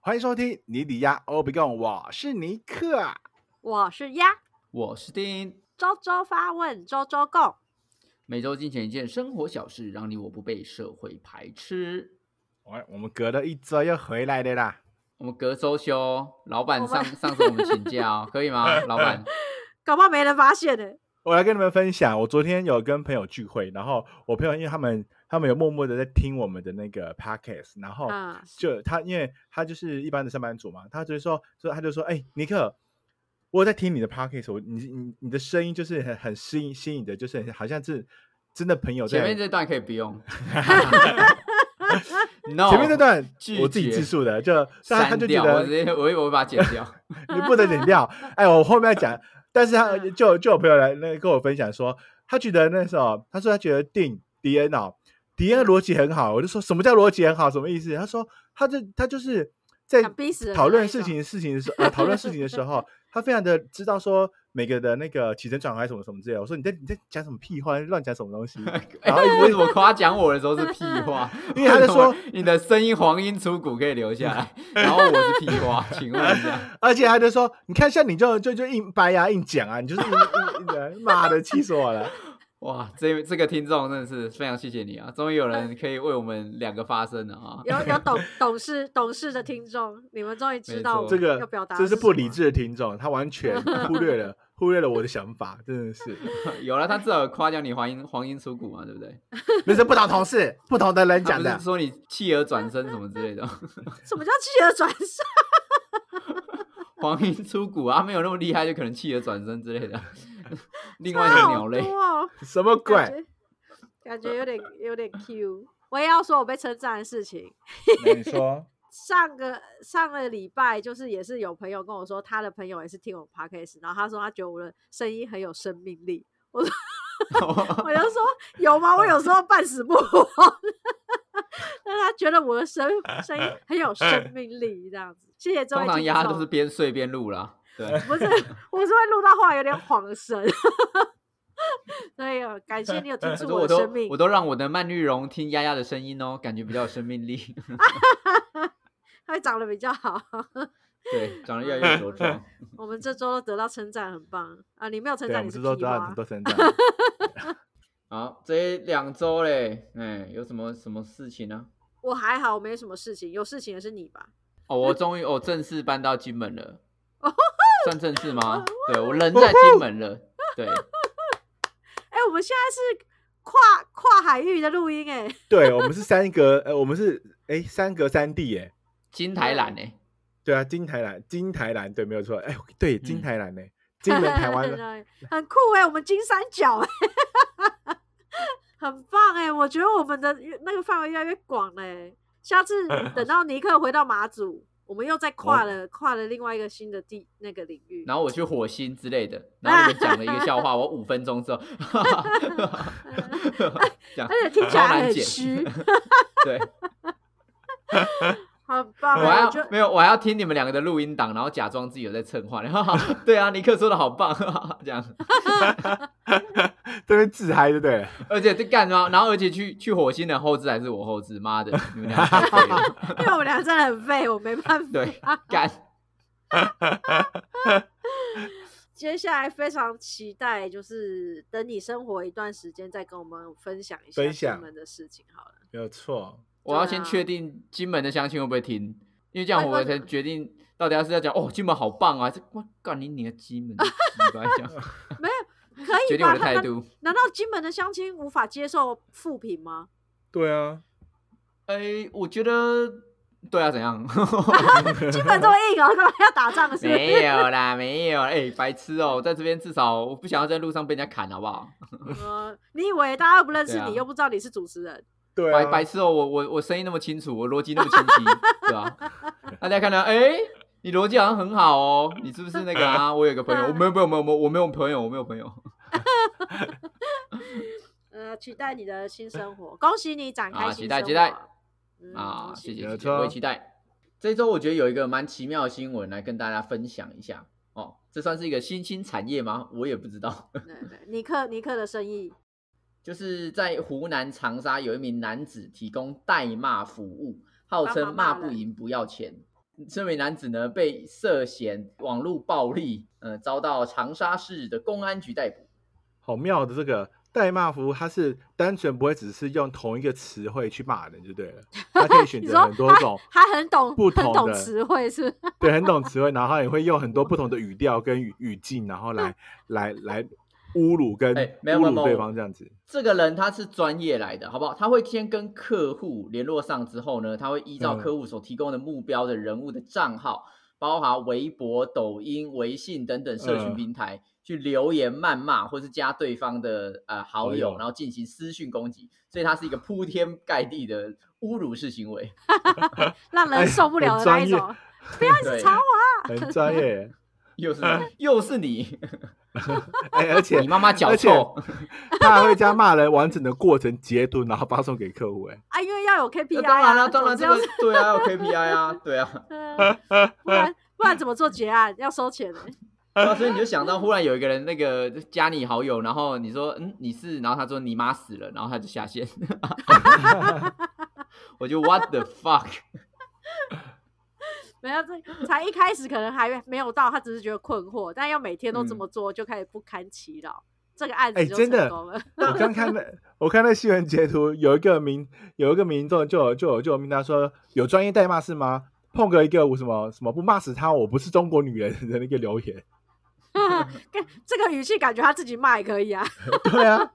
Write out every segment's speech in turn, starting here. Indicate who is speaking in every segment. Speaker 1: 欢迎收听尼迪亚欧比贡，我是尼克。啊
Speaker 2: 我是鸭，
Speaker 3: 我是丁，
Speaker 2: 周周发问，周周共。
Speaker 3: 每周精选一件生活小事，让你我不被社会排斥。
Speaker 1: 喂，我们隔了一周又回来的啦。
Speaker 3: 我们隔周休，哦老板
Speaker 2: 我
Speaker 3: 上
Speaker 2: 们
Speaker 3: 上次我们请假哦，可以吗？老板，
Speaker 2: 搞不好没人发现呢、
Speaker 1: 我来跟你们分享，我昨天有跟朋友聚会，然后我朋友因为他们他们有默默的在听我们的那个 podcast，然
Speaker 3: 哦
Speaker 1: 后
Speaker 2: 嗯
Speaker 1: 就他因为他就是一般的上班族嘛，他就说说他就说，哎、尼克，我有在听你的 podcast，我你你你的声音就是很很吸引吸引的，就是很好像是真的朋友在
Speaker 3: 前面这段可以不用。no，
Speaker 1: 前面那段
Speaker 3: 拒
Speaker 1: 我自己
Speaker 3: 绝
Speaker 1: 自述的，就他他
Speaker 3: 删
Speaker 1: 就觉
Speaker 3: 掉，我
Speaker 1: 得
Speaker 3: 直接我以我会把它剪掉。
Speaker 1: 你不能剪掉。哎，我后面要讲，但是他
Speaker 2: 嗯
Speaker 1: 就就有朋友来那跟我分享说，他觉得那时候他说他觉得定迪恩哦，迪
Speaker 2: 嗯
Speaker 1: 恩的逻辑很好，我就说什么叫逻辑很好，什么意思？他说他就他就是在
Speaker 2: 想逼死人的啊
Speaker 1: 讨论
Speaker 2: 那一
Speaker 1: 事
Speaker 2: 种
Speaker 1: 情事情的时候，呃，讨论事情的时 候，他非常的知道说每个的那个起承转合什么什么之类的。我说你在你在讲什么屁话，乱讲什么东 西？
Speaker 3: 哎、
Speaker 1: 然后
Speaker 3: 为什么夸奖我的时候是屁话？
Speaker 1: 因为他在说
Speaker 3: 为什么你的声音黄音出骨可以留下来，然后我是屁话，请问一下，
Speaker 1: 而且他就说，你看像你就就就硬掰呀、硬讲啊，你就是硬硬硬的，妈的，气死我了。
Speaker 3: 哇，这这个听众真的是非常谢谢你啊，终于有人可以为我们两个发声了啊！
Speaker 2: 有有 懂懂事懂事的听众，你们终于知
Speaker 3: 没
Speaker 2: 道
Speaker 3: 错
Speaker 2: 我
Speaker 1: 这个
Speaker 2: 要表达的
Speaker 1: 这是
Speaker 2: 什
Speaker 1: 不理
Speaker 2: 么
Speaker 1: 智的听众，他完 全忽略了忽略了我的想法，真的是。
Speaker 3: 有了，他至少有夸奖你黄音黄音出骨嘛，对不对？
Speaker 1: 那是不同同事、不同的人
Speaker 3: 他
Speaker 1: 讲
Speaker 3: 不
Speaker 1: 的
Speaker 3: 是。说你弃儿转身什么之类的，
Speaker 2: 什么叫弃儿转世？
Speaker 3: 黄音出骨啊，没有那么厉害，就可能弃儿转身之类的。 另外一
Speaker 2: 差
Speaker 3: 个
Speaker 2: 好
Speaker 3: 鸟类，
Speaker 2: 多哦，
Speaker 1: 什么鬼？
Speaker 2: 感觉感觉有点有点 Q。我也要说我被称赞的事情。
Speaker 1: 你说
Speaker 2: 上个上个礼拜就是也是有朋友跟我说，他的朋友也是听我 podcast，然后他说他觉得我的声音很有生命力，我就说有吗？我有时候半死不活， 但是他觉得我的声声音很 有生命力，这样子。谢谢这位
Speaker 3: 通
Speaker 2: 听
Speaker 3: 常
Speaker 2: 众。
Speaker 3: 鸭都是边睡边录啦。 对，
Speaker 2: 不是，我是会录到后来有点恍神。 所以呃 感谢你有听出
Speaker 3: 所以
Speaker 2: 我的
Speaker 3: 我都
Speaker 2: 生命
Speaker 3: 我。都让我的曼玉荣听丫丫的声音哦，感觉比较有生命力。
Speaker 2: 它会长得比较好。
Speaker 3: 对，长得越来越茁壮。
Speaker 2: 我们这周都得到称赞，很棒啊！你没有称
Speaker 1: 对，我
Speaker 2: 赞，
Speaker 1: 们
Speaker 2: 你是
Speaker 1: 这
Speaker 2: 屁
Speaker 1: 周得到
Speaker 2: 话
Speaker 1: 很。多 成长。
Speaker 3: 好，这两周嘞，哎，有什么什么事情呢、
Speaker 2: 我还好，我没什么事情，有事情的是你吧？
Speaker 3: 哦，我终于我正式搬到金门了，算正式吗？对我人
Speaker 1: 哦
Speaker 3: 在金门了，对，
Speaker 2: 哎、我们现在是跨跨海域的录音、哎，
Speaker 1: 对，我们是三格，呃，我们是哎三格三地耶。
Speaker 3: 金台蓝哎、
Speaker 1: 对啊，金台南，金台南，对，没有错。哎，对，金
Speaker 3: 嗯
Speaker 1: 台南呢，金门台湾呢，
Speaker 2: 对 很酷哎、我们金三角哎、 很棒哎、我觉得我们的那个范围越来越广了哎、下 次等到尼克回到马祖，我们又再跨了、跨了另外一个新的地那个领域。
Speaker 3: 哦然后我去火星之类的，然后你们讲了一个笑话，我五分钟之后， 讲
Speaker 2: 而且听起
Speaker 3: 超
Speaker 2: 来
Speaker 3: 难
Speaker 2: 很
Speaker 3: 剪，
Speaker 2: 虚，
Speaker 3: 对。
Speaker 2: 很棒、
Speaker 3: 我还
Speaker 2: 哎我
Speaker 3: 要
Speaker 2: 觉得
Speaker 3: 没有，我还要听你们两个的录音档，然后假装自己有在蹭话。然后 对啊，尼克说的好棒，啊这样，
Speaker 1: 这边自嗨，对不对了？
Speaker 3: 而且这干嘛？然后而且去去火星的后置还是我后置，妈的，你们俩太废了
Speaker 2: 因为我们俩真的很废，我没办法。
Speaker 3: 对干。
Speaker 2: 接下来非常期待，就是等你生活一段时间，再跟我们分享一下
Speaker 1: 分享
Speaker 2: 金门的事情好了。
Speaker 1: 没有错。
Speaker 3: 我要
Speaker 2: 对啊
Speaker 3: 先确定金门的乡亲会不会听，因为这样
Speaker 2: 会
Speaker 3: 我
Speaker 2: 会
Speaker 3: 才决定到底要是要讲哦，金门好棒啊，这我干你你的金门，奇怪这 样
Speaker 2: 可
Speaker 3: 决
Speaker 2: 以
Speaker 3: 定我
Speaker 2: 吧？
Speaker 3: 的
Speaker 2: 他
Speaker 3: 态
Speaker 2: 难
Speaker 3: 度。
Speaker 2: 难道金门的乡亲无法接受负评 吗？
Speaker 1: 对啊，
Speaker 3: 哎，我觉得对啊，怎样？
Speaker 2: 金门这么硬哦，干嘛要打仗的是不
Speaker 3: 没
Speaker 2: 是？
Speaker 3: 有啦，没有啦，哎，白痴哦，我在这边至少我不想要在路上被人家砍，好不好？
Speaker 2: 呃，你以为大家又不认识
Speaker 3: 对啊
Speaker 2: 你，又不知道你是主持人？
Speaker 1: 对
Speaker 3: 白
Speaker 1: 啊，
Speaker 3: 白痴哦，我我我声音那么清楚，我逻辑那么清晰，对吧、大家看到，哎、你逻辑好像很好哦，你是不是那个 啊？我有一个朋友，我没有没有没有没有，我没有朋友，我没有朋友。
Speaker 2: 呃，期待你的新生 活，恭喜你展开
Speaker 3: 啊
Speaker 2: 新
Speaker 3: 期待
Speaker 2: 生
Speaker 3: 期待
Speaker 2: 活嗯
Speaker 3: 啊
Speaker 2: 恭，喜
Speaker 3: 谢谢
Speaker 1: 没
Speaker 3: 谢谢，
Speaker 1: 错
Speaker 3: 我也期待。这周我觉得有一个蛮奇妙的新闻来跟大家分享一下哦，这算是一个新兴产业吗？我也不知道。
Speaker 2: 对对尼克尼克的生意，
Speaker 3: 就是在湖南长沙有一名男子提供代骂服务，号
Speaker 2: 帮忙
Speaker 3: 称
Speaker 2: 骂
Speaker 3: 骂不
Speaker 2: 人
Speaker 3: 赢不要钱。这名男子呢被涉嫌网络暴力，呃，遭到长沙市的公安局逮捕。
Speaker 1: 好妙的这个代骂服务，它是单纯不会只是用同一个词汇去骂人就对 了，它可以选
Speaker 2: 你
Speaker 1: 择
Speaker 2: 说
Speaker 1: 很多
Speaker 2: 他
Speaker 1: 种，
Speaker 2: 他很懂
Speaker 1: 不
Speaker 2: 很
Speaker 1: 同
Speaker 2: 懂
Speaker 1: 的
Speaker 2: 词汇是不是？
Speaker 1: 对，很懂词汇，然后它也会用很多不同的语调跟语语境，然后 来来来侮辱跟
Speaker 3: 哎没有没有
Speaker 1: 侮
Speaker 3: 没
Speaker 1: 辱
Speaker 3: 有
Speaker 1: 对方这样 子。
Speaker 3: 这个人他是专业来的，好不好？他会先跟客户联络上之后呢，他会依照
Speaker 1: 嗯
Speaker 3: 客户所提供的目标的人物的账号，包含微博、抖音、微信等等社群
Speaker 1: 嗯
Speaker 3: 平台、去留言谩骂，或是加对方的呃好
Speaker 1: 好
Speaker 3: 友，
Speaker 1: 友
Speaker 3: 然后进行私讯攻击。所以他是一个铺天盖地的侮辱式行 为。
Speaker 2: 让人
Speaker 1: 哎
Speaker 2: 受不
Speaker 1: 很
Speaker 2: 了的那
Speaker 1: 专
Speaker 2: 一
Speaker 1: 业
Speaker 2: 种。不要一
Speaker 3: 对
Speaker 2: 直吵我，
Speaker 1: 很专业，
Speaker 3: 又是你又是你，
Speaker 1: 哎、而且
Speaker 3: 你妈妈脚
Speaker 1: 而且
Speaker 3: 臭，
Speaker 1: 他还会将骂人完整的过程截图，然后发送给客户、哎，
Speaker 2: 啊，因为要有 KPI
Speaker 3: 那
Speaker 2: 啊，
Speaker 3: 当然了，当然
Speaker 2: 总之要
Speaker 3: 这个对啊，有 KPI 啊，对啊。
Speaker 2: 嗯不然不然怎么做结案？要收钱的。
Speaker 3: 啊，所以你就想到，忽然有一个人那个加你好友，然后你说嗯你是，然后他说你妈死了，然后他就下线， 我就 what the fuck，
Speaker 2: 没有，这才一开始可能还没有到，他只是觉得困惑，但要每天都这么做，就开始不堪其扰。这个案
Speaker 1: 嗯
Speaker 2: 子
Speaker 1: 哎
Speaker 2: 就
Speaker 1: 真的
Speaker 2: 成功了。
Speaker 1: 我刚看那我看那新闻截图，有一个民有一个民众就有就有就有命他说有专业代骂是吗？碰个一个我什么什么不骂死他，我不是中国女人的那个留言，
Speaker 2: 跟这个语气感觉他自己骂也可以啊。
Speaker 1: 对啊，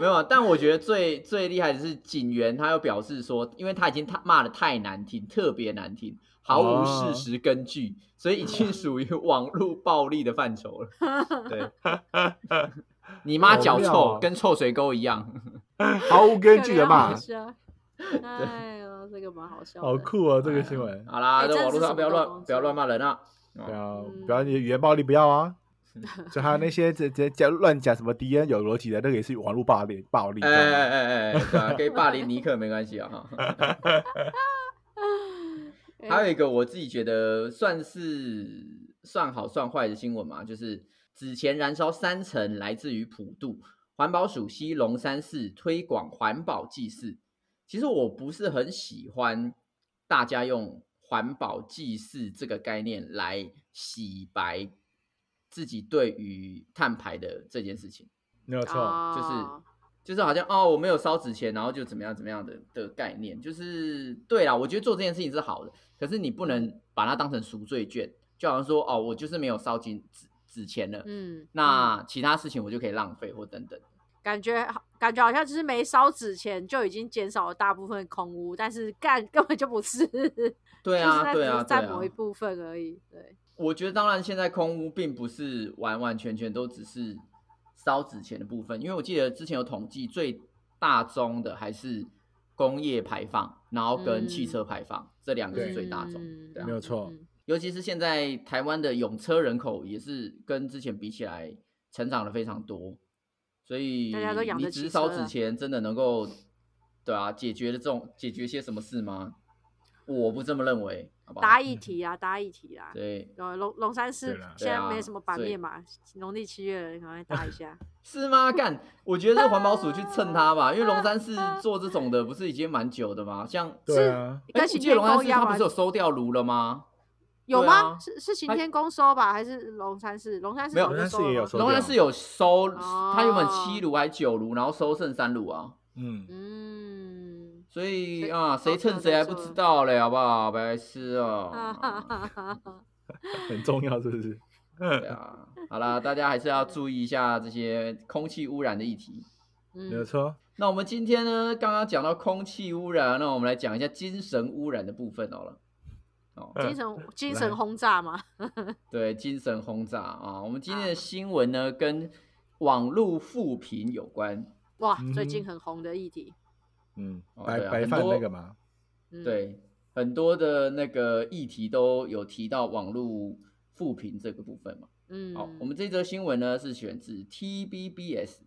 Speaker 3: 没有啊，但我觉得最最厉害的是警员，他又表示说，因为他已经他骂的太难听，特别难听，毫无
Speaker 1: 哦
Speaker 3: 事实根据，所以已经属于网络暴力的范 畴了。对，你妈
Speaker 1: 好
Speaker 3: 脚
Speaker 1: 妙
Speaker 3: 臭，
Speaker 1: 哦
Speaker 3: 跟臭水沟一样。
Speaker 1: 毫无根据的
Speaker 2: 嘛
Speaker 1: 骂，，
Speaker 2: 哎呦，这个蛮好
Speaker 3: 啊
Speaker 2: 笑的。
Speaker 1: 好酷哦，这个新闻。
Speaker 3: 好
Speaker 2: 哎
Speaker 3: 啦，在
Speaker 2: 真的
Speaker 3: 网络
Speaker 2: 是
Speaker 3: 上
Speaker 2: 什
Speaker 3: 不要
Speaker 2: 么都
Speaker 3: 乱
Speaker 2: 能
Speaker 3: 不要
Speaker 2: 做
Speaker 3: 乱骂人啊！
Speaker 1: 不要
Speaker 2: 嗯
Speaker 1: 不要语言暴力，不要 啊！就还有那些直接讲乱讲什么敌人有逻辑的，那个也是网络暴力暴力。
Speaker 3: 哎哎哎哎，对啊，可以霸凌尼克没关系啊哈。
Speaker 2: 哎
Speaker 3: 还有一个我自己觉得算是算好算坏的新闻嘛，就是纸钱燃烧三成来自于普渡，环保署西龙山市推广环保祭祀。其实我不是很喜欢大家用环保祭祀这个概念来洗白自己对于碳排的这件事情。
Speaker 1: 没有错，
Speaker 2: 哦
Speaker 3: 就是就是好像哦，我没有烧纸钱，然后就怎么样怎么样的的概念，就是对啦。我觉得做这件事情是好的，可是你不能把它当成赎罪券，就好像说哦，我就是没有烧金纸纸钱了，
Speaker 2: 嗯，嗯
Speaker 3: 那其他事情我就可以浪费或等等。
Speaker 2: 感觉好感觉好像就是没烧纸前就已经减少了大部分空屋，但是干根本就不是。 就
Speaker 3: 对
Speaker 2: 是
Speaker 3: 啊，
Speaker 2: 在
Speaker 3: 对
Speaker 2: 只
Speaker 3: 啊，
Speaker 2: 是
Speaker 3: 对
Speaker 2: 占某一
Speaker 3: 啊。
Speaker 2: 部分而已。对，
Speaker 3: 我觉得当然现在空屋并不是完完全全都只是烧纸钱的部分，因为我记得之前有统计最大宗的还是工业排放，然后跟
Speaker 2: 嗯
Speaker 3: 汽车排放、这两个是
Speaker 1: 对
Speaker 3: 最大宗。对啊
Speaker 1: 没有错
Speaker 2: 嗯
Speaker 3: 尤其是现在台湾的永车人口也是跟之前比起来成长了非常多，所以
Speaker 2: 大家都养
Speaker 3: 你
Speaker 2: 得
Speaker 3: 只
Speaker 2: 起
Speaker 3: 是烧
Speaker 2: 车
Speaker 3: 纸
Speaker 2: 了
Speaker 3: 钱真的能够对啊解决了这种解决些什么事吗？我不这么认为，好不好？
Speaker 2: 答一题啊，答一题啊。
Speaker 3: 对，
Speaker 2: 然后龙龙山
Speaker 1: 对
Speaker 2: 寺
Speaker 1: 啦
Speaker 2: 现在
Speaker 3: 对啊
Speaker 2: 没什么版
Speaker 3: 所以
Speaker 2: 面嘛，农历七月了，赶快打一下。
Speaker 1: 哎
Speaker 3: 是吗？干，我觉得这环保署去蹭它吧，因为龙山寺做这种的不是已经蛮久的吗？像
Speaker 1: 对啊，
Speaker 3: 哎
Speaker 2: 跟
Speaker 3: 我
Speaker 2: 行
Speaker 3: 记得
Speaker 2: 天
Speaker 3: 龙山
Speaker 2: 宫
Speaker 3: 寺
Speaker 2: 一样
Speaker 3: 它不
Speaker 2: 嘛
Speaker 3: 是，有收掉炉了吗？
Speaker 2: 有
Speaker 3: 对啊
Speaker 2: 吗？是是行
Speaker 3: 它
Speaker 2: 天宫收吧，还是龙山寺？龙山寺
Speaker 3: 没有
Speaker 2: 早就
Speaker 1: 龙山寺
Speaker 2: 了
Speaker 1: 也有
Speaker 2: 吗
Speaker 1: 收
Speaker 3: 龙山
Speaker 1: 掉
Speaker 3: 寺有收，
Speaker 2: 哦
Speaker 3: 它原本七炉还九炉，然后收剩三炉啊。
Speaker 1: 嗯，
Speaker 2: 嗯，
Speaker 3: 所以
Speaker 2: 谁
Speaker 3: 啊，谁
Speaker 2: 早知道
Speaker 3: 蹭
Speaker 2: 再
Speaker 3: 谁还不
Speaker 2: 说
Speaker 3: 知
Speaker 2: 了
Speaker 3: 道嘞，好不好？白痴哦、
Speaker 2: 嗯
Speaker 1: 很重要，是不是？
Speaker 3: 对啊，好啦，大家还是要注意一下这些空气污染的议题。
Speaker 1: 没有
Speaker 2: 嗯，
Speaker 1: 错，
Speaker 3: 那我们今天呢，刚刚讲到空气污染，那我们来讲一下精神污染的部分好了。哦，
Speaker 2: 精神精神
Speaker 1: 来
Speaker 2: 轰炸嘛，
Speaker 3: 对，精神轰炸啊，我们今天的新闻呢，跟网络负评有关。
Speaker 2: 哇，最近
Speaker 1: 嗯
Speaker 2: 很红的议题。
Speaker 1: 嗯，
Speaker 3: 哦
Speaker 1: 白
Speaker 3: 对啊
Speaker 1: 白
Speaker 3: 很
Speaker 1: 饭
Speaker 3: 多
Speaker 1: 那个嘛，
Speaker 2: 嗯，
Speaker 3: 对，很多的那个议题都有提到网络负评这个部分嘛。
Speaker 2: 嗯，
Speaker 3: 好，我们这则新闻呢是选自 TVBS。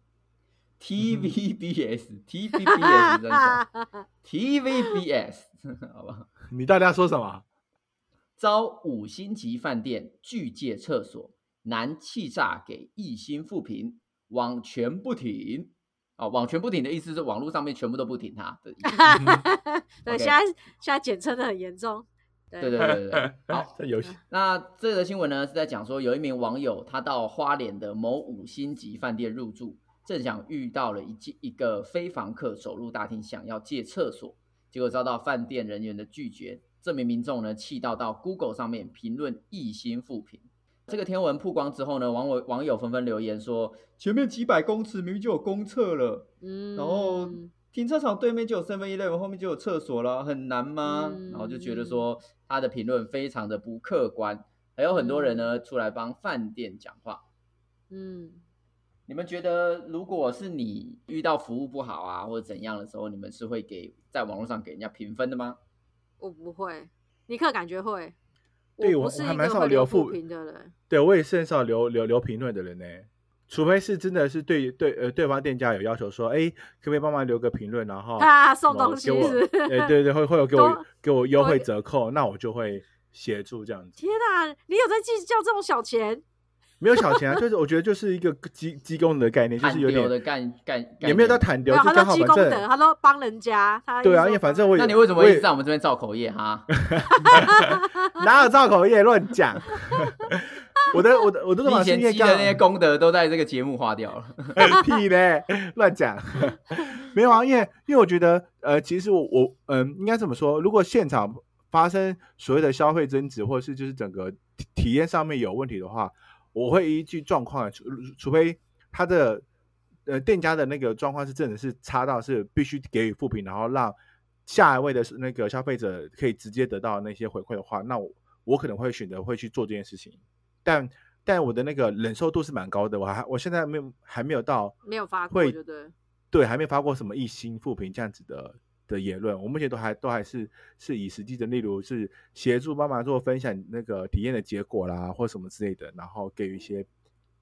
Speaker 3: TVBS、TVBS 真爽，TVBS 好不好？
Speaker 1: 你到底要说什么？
Speaker 3: 遭五星级饭店拒借厕所，男气炸给一星复评，网全不停。哦，网全不停的意思是网络上面全部都不停他的意思。
Speaker 2: 对，
Speaker 3: OK
Speaker 2: 现在现在简称的很严重，
Speaker 3: 对对对对对，好，
Speaker 1: 这游戏
Speaker 3: 那这则新闻呢是在讲说，有一名网友他到花莲的某五星级饭店入住，正想遇到了一介一个非房客走入大厅，想要借厕所，结果遭到饭店人员的拒绝。这名民众呢气到到 Google 上面评论一星负评。这个天文曝光之后呢，网友网友纷纷留言说，前面几百公尺明明就有公厕了，
Speaker 2: 嗯，
Speaker 3: 然后停车场对面就有 Seven Eleven，后面就有厕所了，很难吗？
Speaker 2: 嗯
Speaker 3: 然后就觉得说他的评论非常的不客观，还有很多人呢出来帮饭店讲话。
Speaker 2: 嗯，
Speaker 3: 你们觉得，如果是你遇到服务不好啊，或者怎样的时候，你们是会给在网络上给人家评分的吗？
Speaker 2: 我不会，尼克感觉会，
Speaker 1: 对
Speaker 2: 我
Speaker 1: 我
Speaker 2: 不是
Speaker 1: 我还
Speaker 2: 一
Speaker 1: 蛮
Speaker 2: 个
Speaker 1: 少
Speaker 2: 会
Speaker 1: 留
Speaker 2: 留负
Speaker 1: 负
Speaker 2: 评的人，
Speaker 1: 对我也是很少留留留评论的人呢、除非是真的是对对呃对方店家有要求说，哎，可不可以帮忙留个评论，然 后
Speaker 2: 啊，送
Speaker 1: 哦什么
Speaker 2: 东西
Speaker 1: 给我，
Speaker 2: 是不是
Speaker 1: 哎对对，会会有给
Speaker 2: 多
Speaker 1: 我给我优
Speaker 2: 多一
Speaker 1: 惠
Speaker 2: 个
Speaker 1: 折扣，那我就会协助这样子。
Speaker 2: 天哪、你有在计较这种小钱？
Speaker 1: 没有小钱啊，就是我觉得就是一个鸡鸡公的概念，就是
Speaker 3: 探
Speaker 1: 有
Speaker 3: 丢
Speaker 1: 点
Speaker 3: 的干干，
Speaker 1: 也没有到坦
Speaker 2: 没
Speaker 1: 丢，
Speaker 2: 有，
Speaker 1: 就
Speaker 2: 他
Speaker 1: 刚
Speaker 2: 都
Speaker 1: 好
Speaker 2: 积
Speaker 1: 反
Speaker 2: 功啊德，
Speaker 1: 正
Speaker 2: 他都帮人家，他
Speaker 1: 对
Speaker 2: 一直
Speaker 1: 啊，因
Speaker 2: 说
Speaker 1: 为反
Speaker 2: 帮
Speaker 1: 正
Speaker 2: 人
Speaker 1: 我也
Speaker 3: 那你为什么
Speaker 1: 我
Speaker 3: 一
Speaker 1: 也
Speaker 3: 直在我们这边造口业哈？
Speaker 1: 哪有造口业乱讲？ 我的我的我的
Speaker 3: 你
Speaker 1: 做法
Speaker 3: 以
Speaker 1: 是
Speaker 3: 前
Speaker 1: 因为
Speaker 3: 积的
Speaker 1: 刚
Speaker 3: 那些功德都在这个节目花掉了。
Speaker 1: 屁嘞，乱讲， 没有啊，因为因为我觉得，呃，其实我我嗯、应该怎么说？如果现场发生所谓的消费争执，或者是就是整个体体验上面有问题的话，我会依据状况，啊除除非他的呃店家的那个状况是真的是差到是必须给予负评，然后让下一位的那个消费者可以直接得到那些回馈的话，那我我可能会选择会去做这件事情，但。但我的那个忍受度是蛮高的，我还我现在没有还没有到
Speaker 2: 没有发过，
Speaker 1: 会
Speaker 2: 就对了。
Speaker 1: 对，还没发过什么一星负评这样子的的言论。我目前都还都还是是以实际的，例如是协助妈妈做分享那个体验的结果啦，或什么之类的，然后给予一些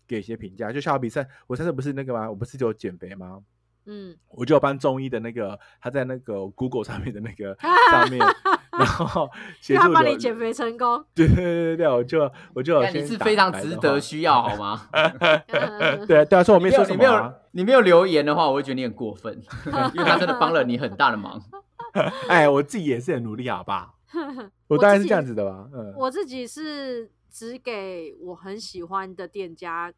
Speaker 1: 给一些评价。就像我比赛，我上次不是那个吗？我不是就有减肥吗？
Speaker 2: 嗯，
Speaker 1: 我就有帮中医的那个他在那个 Google 上面的那个上面，然后协
Speaker 2: 因为他
Speaker 1: 助
Speaker 2: 帮
Speaker 1: 留
Speaker 2: 你减。肥成 功。
Speaker 1: 对对对对对，我就我 就有
Speaker 3: 但你
Speaker 1: 先
Speaker 3: 是
Speaker 1: 打
Speaker 3: 非常
Speaker 1: 白
Speaker 3: 值
Speaker 1: 的
Speaker 3: 得
Speaker 1: 话
Speaker 3: 需要好吗？
Speaker 2: 嗯
Speaker 1: 对啊对啊，所以我
Speaker 3: 你
Speaker 1: 没说什
Speaker 3: 你
Speaker 1: 么
Speaker 3: 没
Speaker 1: 啊
Speaker 3: 有。你没有留言的话，我会觉得你很过 分，因为他真的帮了你很大的忙。
Speaker 1: 哎，我自己也是很努力，好 吧？我
Speaker 2: 我
Speaker 1: 当
Speaker 2: 自
Speaker 1: 然是
Speaker 2: 己
Speaker 1: 这样子的吧，嗯。
Speaker 2: 我自己是只给我很喜欢的店家，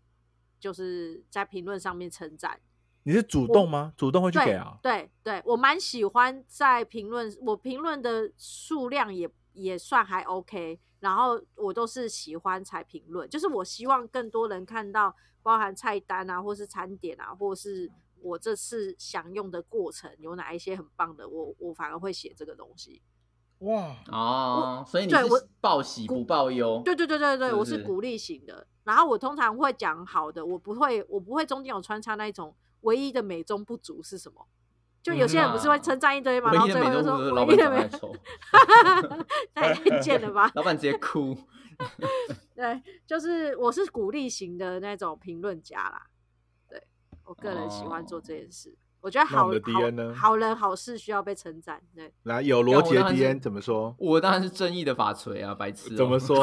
Speaker 2: 就是在评论上面称赞。
Speaker 1: 你是主动吗？主动会去给啊？
Speaker 2: 对对，我蛮喜欢在评论，我评论的数量也也算还 OK，然后我都是喜欢才评论，就是我希望更多人看到，包含菜单啊，或是餐点啊，或是我这次享用的过程有哪一些很棒的，我我反而会写这个东西。
Speaker 1: 哇，
Speaker 3: 哦，所以你
Speaker 2: 对
Speaker 3: 是
Speaker 2: 我
Speaker 3: 报喜不报忧。
Speaker 2: 对对对对对，
Speaker 3: 是不
Speaker 2: 我是
Speaker 3: 是
Speaker 2: 鼓励型的，然后我通常会讲好的，我不会我不会中间有穿插那一种唯一的美中不足是什么。就有些人不是会
Speaker 3: 嗯啊
Speaker 2: 称赞一堆嘛，
Speaker 3: 唯
Speaker 2: 然后
Speaker 3: 一的
Speaker 2: 最
Speaker 3: 美
Speaker 2: 后
Speaker 3: 中
Speaker 2: 就
Speaker 3: 不足是
Speaker 2: 说
Speaker 3: 老
Speaker 2: 唯
Speaker 3: 板
Speaker 2: 一的
Speaker 3: 长
Speaker 2: 美
Speaker 3: 得，丑，
Speaker 2: 太贱了吧？
Speaker 3: 老板直接哭。
Speaker 2: 对，就是我是鼓励型的那种评论家啦。对我个人喜欢做这件事，我觉得
Speaker 1: 那我
Speaker 2: 好
Speaker 1: 们的迪恩呢
Speaker 2: 好好人好事需要被称赞。对，
Speaker 1: 来有逻辑
Speaker 3: 我
Speaker 1: 的
Speaker 3: 当然是
Speaker 1: DN 怎么说？
Speaker 3: 我当然是正义的法锤啊，白痴哦、
Speaker 1: 怎么说？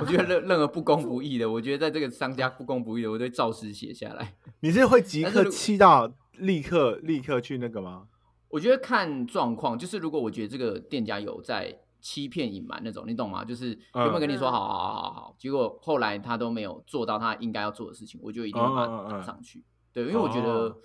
Speaker 3: 我觉得任任何不公不义的，我觉得在这个商家不公不义的，我都会照实写下来。
Speaker 1: 你是会即
Speaker 3: 但是
Speaker 1: 刻
Speaker 3: 如
Speaker 1: 气到立刻立刻去那个吗？
Speaker 3: 我觉得看状况，就是如果我觉得这个店家有在欺骗、隐瞒那种，你懂吗？就是
Speaker 1: 嗯
Speaker 3: 原本跟你说
Speaker 2: 嗯
Speaker 3: 好好好好好，结果后来他都没有做到他应该要做的事情，我就一定会把
Speaker 1: 嗯嗯
Speaker 3: 他
Speaker 1: 嗯
Speaker 3: 打上去。对，因为我觉
Speaker 1: 哦
Speaker 3: 得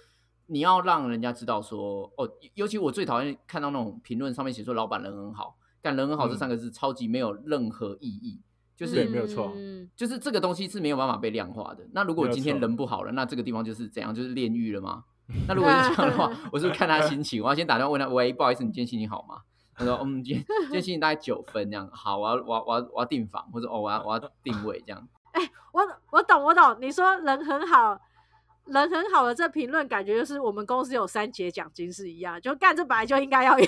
Speaker 3: 你要让人家知道说，哦，尤其我最讨厌看到那种评论上面写说老板人很好，但人很好这
Speaker 1: 嗯
Speaker 3: 三个字超级没有任何意义，就
Speaker 1: 对
Speaker 3: 是
Speaker 1: 没有错
Speaker 2: 嗯
Speaker 3: 就是这个东西是没有办法被量化的。那如果
Speaker 1: 没有
Speaker 3: 今天
Speaker 1: 错
Speaker 3: 人不好了，那这个地方就是怎样，就是炼狱了吗？那如果是这样的话，我是不是看他心情，我要先打电话问他，喂，不好意思，你今天心情好吗？他说，嗯，今天今天心情大概九分这样。好，我要我要我要我要订房，或者哦，我要我要定位这样。
Speaker 2: 我我懂我懂，你说人很好。人很好的这评论感觉就是我们公司有三节奖金是一样，就干这本来就应该要有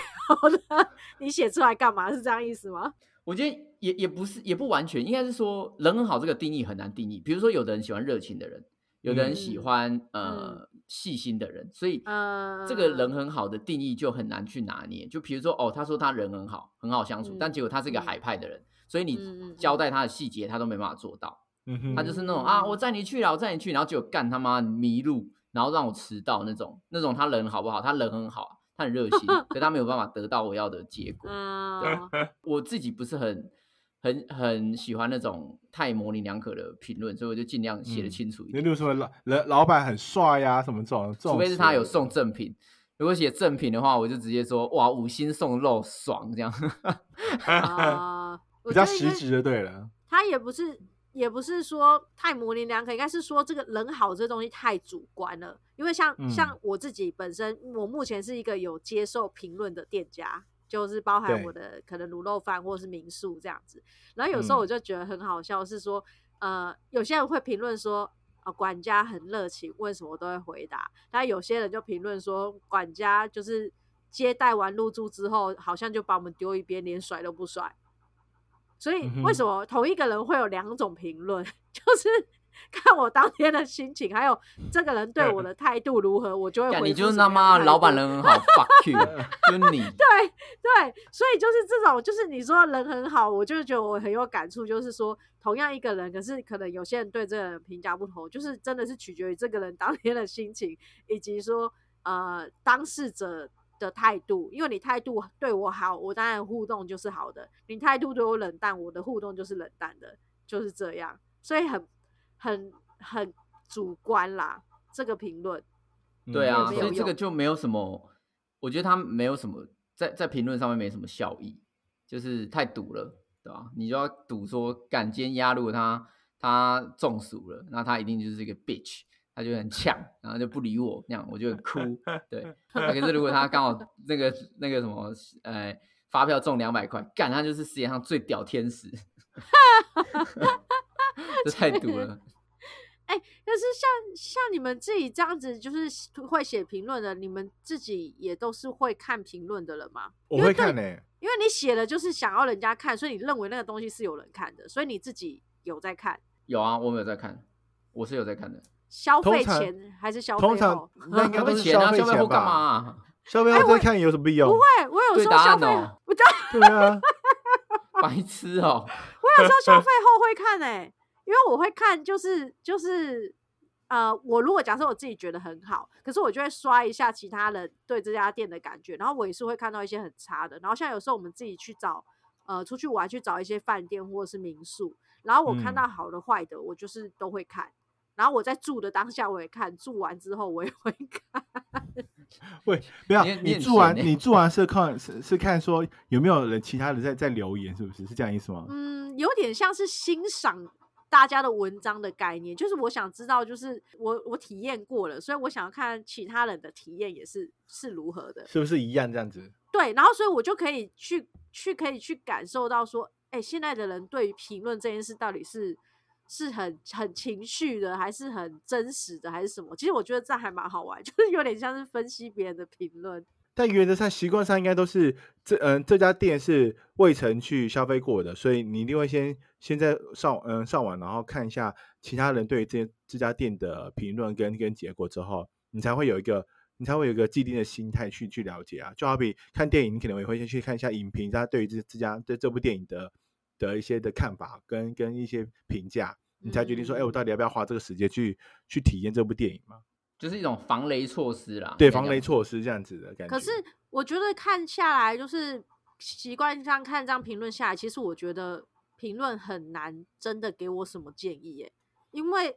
Speaker 2: 的， 你写出来干嘛？是这样意思吗？
Speaker 3: 我觉得也也不是也不完全，应该是说人很好这个定义很难定义。比如说，有的人喜欢热情的人，有的人喜
Speaker 2: 嗯
Speaker 3: 欢、呃细心的人，所以
Speaker 2: 呃，
Speaker 3: 这个人很好的定义就很难去拿捏。就比如说，哦，他说他人很好，很好相处，但
Speaker 2: 嗯
Speaker 3: 结果他是一个
Speaker 2: 嗯
Speaker 3: 海派的人，所以
Speaker 2: 嗯嗯
Speaker 3: 你
Speaker 2: 嗯
Speaker 3: 交代他的细节，他都没办法做到。
Speaker 1: 嗯
Speaker 3: 他
Speaker 1: 哼，
Speaker 3: 就是那种啊，
Speaker 2: 嗯
Speaker 3: 我载你去啦，我载你去，然后结果干他妈迷路，然后让我迟到那种，那种他人好不好？他人很好，他很热 心，可他没有办法得到我要的结 果。
Speaker 2: 嗯，
Speaker 3: 我自己不是很很很喜欢那种太模棱两可的评论，所以我就尽量写的
Speaker 1: 嗯
Speaker 3: 清楚一
Speaker 1: 那
Speaker 3: 点。
Speaker 1: 例如说老老老板很帅呀、什么这种，这种
Speaker 3: 除非是他有
Speaker 1: 词
Speaker 3: 送赠品，如果写赠品的话，我就直接说哇五星送肉爽这样。
Speaker 2: 啊，我
Speaker 1: 比
Speaker 2: 觉
Speaker 1: 较
Speaker 2: 得应
Speaker 1: 实
Speaker 2: 该
Speaker 1: 质的，对了，
Speaker 2: 他也不是也不是说太模棱两可，应该是说这个人好这东西太主观了。因为像、
Speaker 1: 嗯
Speaker 2: 像我自己本身，我目前是一个有接受评论的店家，就是包含
Speaker 1: 对
Speaker 2: 我的可能卤肉饭或是民宿这样子。然后有时候
Speaker 1: 嗯
Speaker 2: 我就觉得很好笑，是说、呃，有些人会评论说。啊，管家很热情，问什么都会回答。但有些人就评论说，管家就是接待完入住之后，好像就把我们丢一边，连甩都不甩。所以
Speaker 1: 嗯哼
Speaker 2: 为什么同一个人会有两种评论？ 就是看我当天的心情，还有这个人对我的态度如何，我就会
Speaker 3: 干
Speaker 2: 回
Speaker 3: 你
Speaker 2: 复
Speaker 3: 就是
Speaker 2: 什
Speaker 3: 他
Speaker 2: 么样
Speaker 3: 妈
Speaker 2: 的态
Speaker 3: 老板
Speaker 2: 度
Speaker 3: 人很好，fuck you，就是你。
Speaker 2: 对对，所以就是这种，就是你说人很好，我就觉得我很有感触，就是说同样一个人，可是可能有些人对这个人评价不同，就是真的是取决于这个人当天的心情，以及说呃当事者。的态度，因为你态度对我好，我当然互动就是好的；你态度对我冷淡，我的互动就是冷淡的，就是这样。所以很、很、很主观啦，这个评论。
Speaker 1: 嗯
Speaker 3: 对啊，
Speaker 2: 没
Speaker 3: 所
Speaker 2: 有
Speaker 3: 以这个
Speaker 2: 用
Speaker 3: 就没有什么，我觉得他没有什么在在评论上面没什么效益，就是太赌了，对吧？你就要赌说，敢今天鸭如果他他中暑了，那他一定就是一个 bitch，他就很呛，然后就不理我，那样我就很哭。对， 那可是如果他刚好那个那个什么，呃，发票中两百块，干他就是世界上最屌 天使，这太赌了。
Speaker 2: 可是像像你们自己这样子，就是写会写评论的，你们自己也都是会看评论的人吗？
Speaker 1: 我
Speaker 2: 因为
Speaker 1: 会
Speaker 2: 对
Speaker 1: 看呢、
Speaker 2: 因为你写了就是想要人家看，所以你认为那个东西是有人看的，所以你自己有在看
Speaker 3: 有啊，我没有在看，我是有在看的。
Speaker 2: 消
Speaker 1: 通
Speaker 2: 费
Speaker 1: 常
Speaker 2: 前还是消费
Speaker 1: 通
Speaker 2: 后
Speaker 1: 常？ 那应该都是
Speaker 3: 钱啊，
Speaker 1: 消费
Speaker 3: 消费
Speaker 1: 前
Speaker 3: 后干嘛
Speaker 1: 吧？
Speaker 3: 啊？
Speaker 1: 消费
Speaker 2: 哎
Speaker 1: 后
Speaker 2: 我
Speaker 1: 再看有什么必要？
Speaker 2: 不会，我有
Speaker 3: 对
Speaker 2: 时候
Speaker 3: 答
Speaker 2: 消
Speaker 3: 案
Speaker 2: 费，
Speaker 3: 哦
Speaker 2: 我对，
Speaker 1: 对啊，
Speaker 3: 白痴哦、
Speaker 2: 我有时候消费后会看哎、因为我会看就是就是呃，我如果假设我自己觉得很好，可是我就会刷一下其他人对这家店的感觉，然后我也是会看到一些很差的。然后像有时候我们自己去找呃出去玩去找一些饭店或者是民宿，然后我看
Speaker 1: 嗯
Speaker 2: 到好的坏的，我就是都会看。然后我在住的当下我也看，住完之后我也会看。
Speaker 1: 喂，不要
Speaker 3: 你很你
Speaker 1: 你
Speaker 3: 很
Speaker 1: 住完
Speaker 3: 闲欸
Speaker 1: 你住完是看是是看说有没有人其他人在在留言，是不是？是这样意思吗？
Speaker 2: 嗯，有点像是欣赏大家的文章的概念，就是我想知道，就是我我体验过了，所以我想要看其他人的体验也是是如何的。
Speaker 1: 是不是一样这样子？
Speaker 2: 对，然后所以我就可以去去可以去感受到说，哎，现在的人对于评论这件事到底是是很很情绪的，还是很真实的，还是什么？其实我觉得这样还蛮好玩， 就是有点像是分析别人的评论。
Speaker 1: 但原则上、习惯上应该都是这嗯、这家店是未曾去消费过的，所以你一定会先先在上嗯、上网，然后看一下其他人对这这家店的评论跟跟结果之后，你才会有一个你才会有一个既定的心态去去了解啊。就好比看电影，你可能也会先去看一下影评，大家对于这这家对这部电影的的一些的看法跟跟一些评价，你才决定说，哎、
Speaker 2: 嗯
Speaker 1: 我到底要不要花这个时间去去体验这部电影嘛？
Speaker 3: 就是一种防雷措施啦。
Speaker 1: 对，
Speaker 3: 应该
Speaker 1: 防雷
Speaker 3: 讲
Speaker 1: 措施这样子的感觉。
Speaker 2: 可是我觉得看下来，就是习惯上看这样评论下来，其实我觉得评论很难真的给我什么建议耶，因为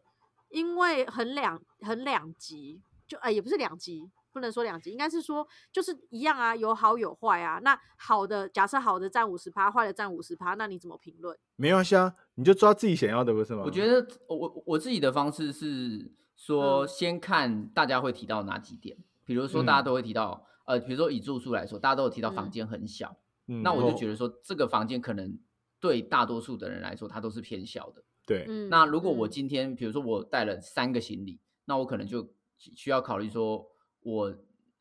Speaker 2: 因为很两很两极，就呃也不是两极，不能说两极，应该是说就是一样啊，有好有坏啊。那好的，假设好的占五十趴，坏的占五十趴，那你怎么评论？
Speaker 1: 没关系啊，你就知道自己想要的，不是吗？
Speaker 3: 我觉得我我我自己的方式是说，
Speaker 2: 嗯
Speaker 3: 先看大家会提到哪几点，比如说大家
Speaker 1: 嗯
Speaker 3: 都会提到，呃，比如说以住宿来说，大家都有提到
Speaker 2: 嗯
Speaker 3: 房间很小，
Speaker 1: 嗯，
Speaker 3: 那我就
Speaker 1: 得
Speaker 3: 觉得说这个房间可能对大多数的人来说，它都是偏小的。
Speaker 1: 对，
Speaker 2: 嗯，
Speaker 3: 那如果我
Speaker 2: 嗯
Speaker 3: 今天，比如说我带了三个行李，那我可能就需要考虑说我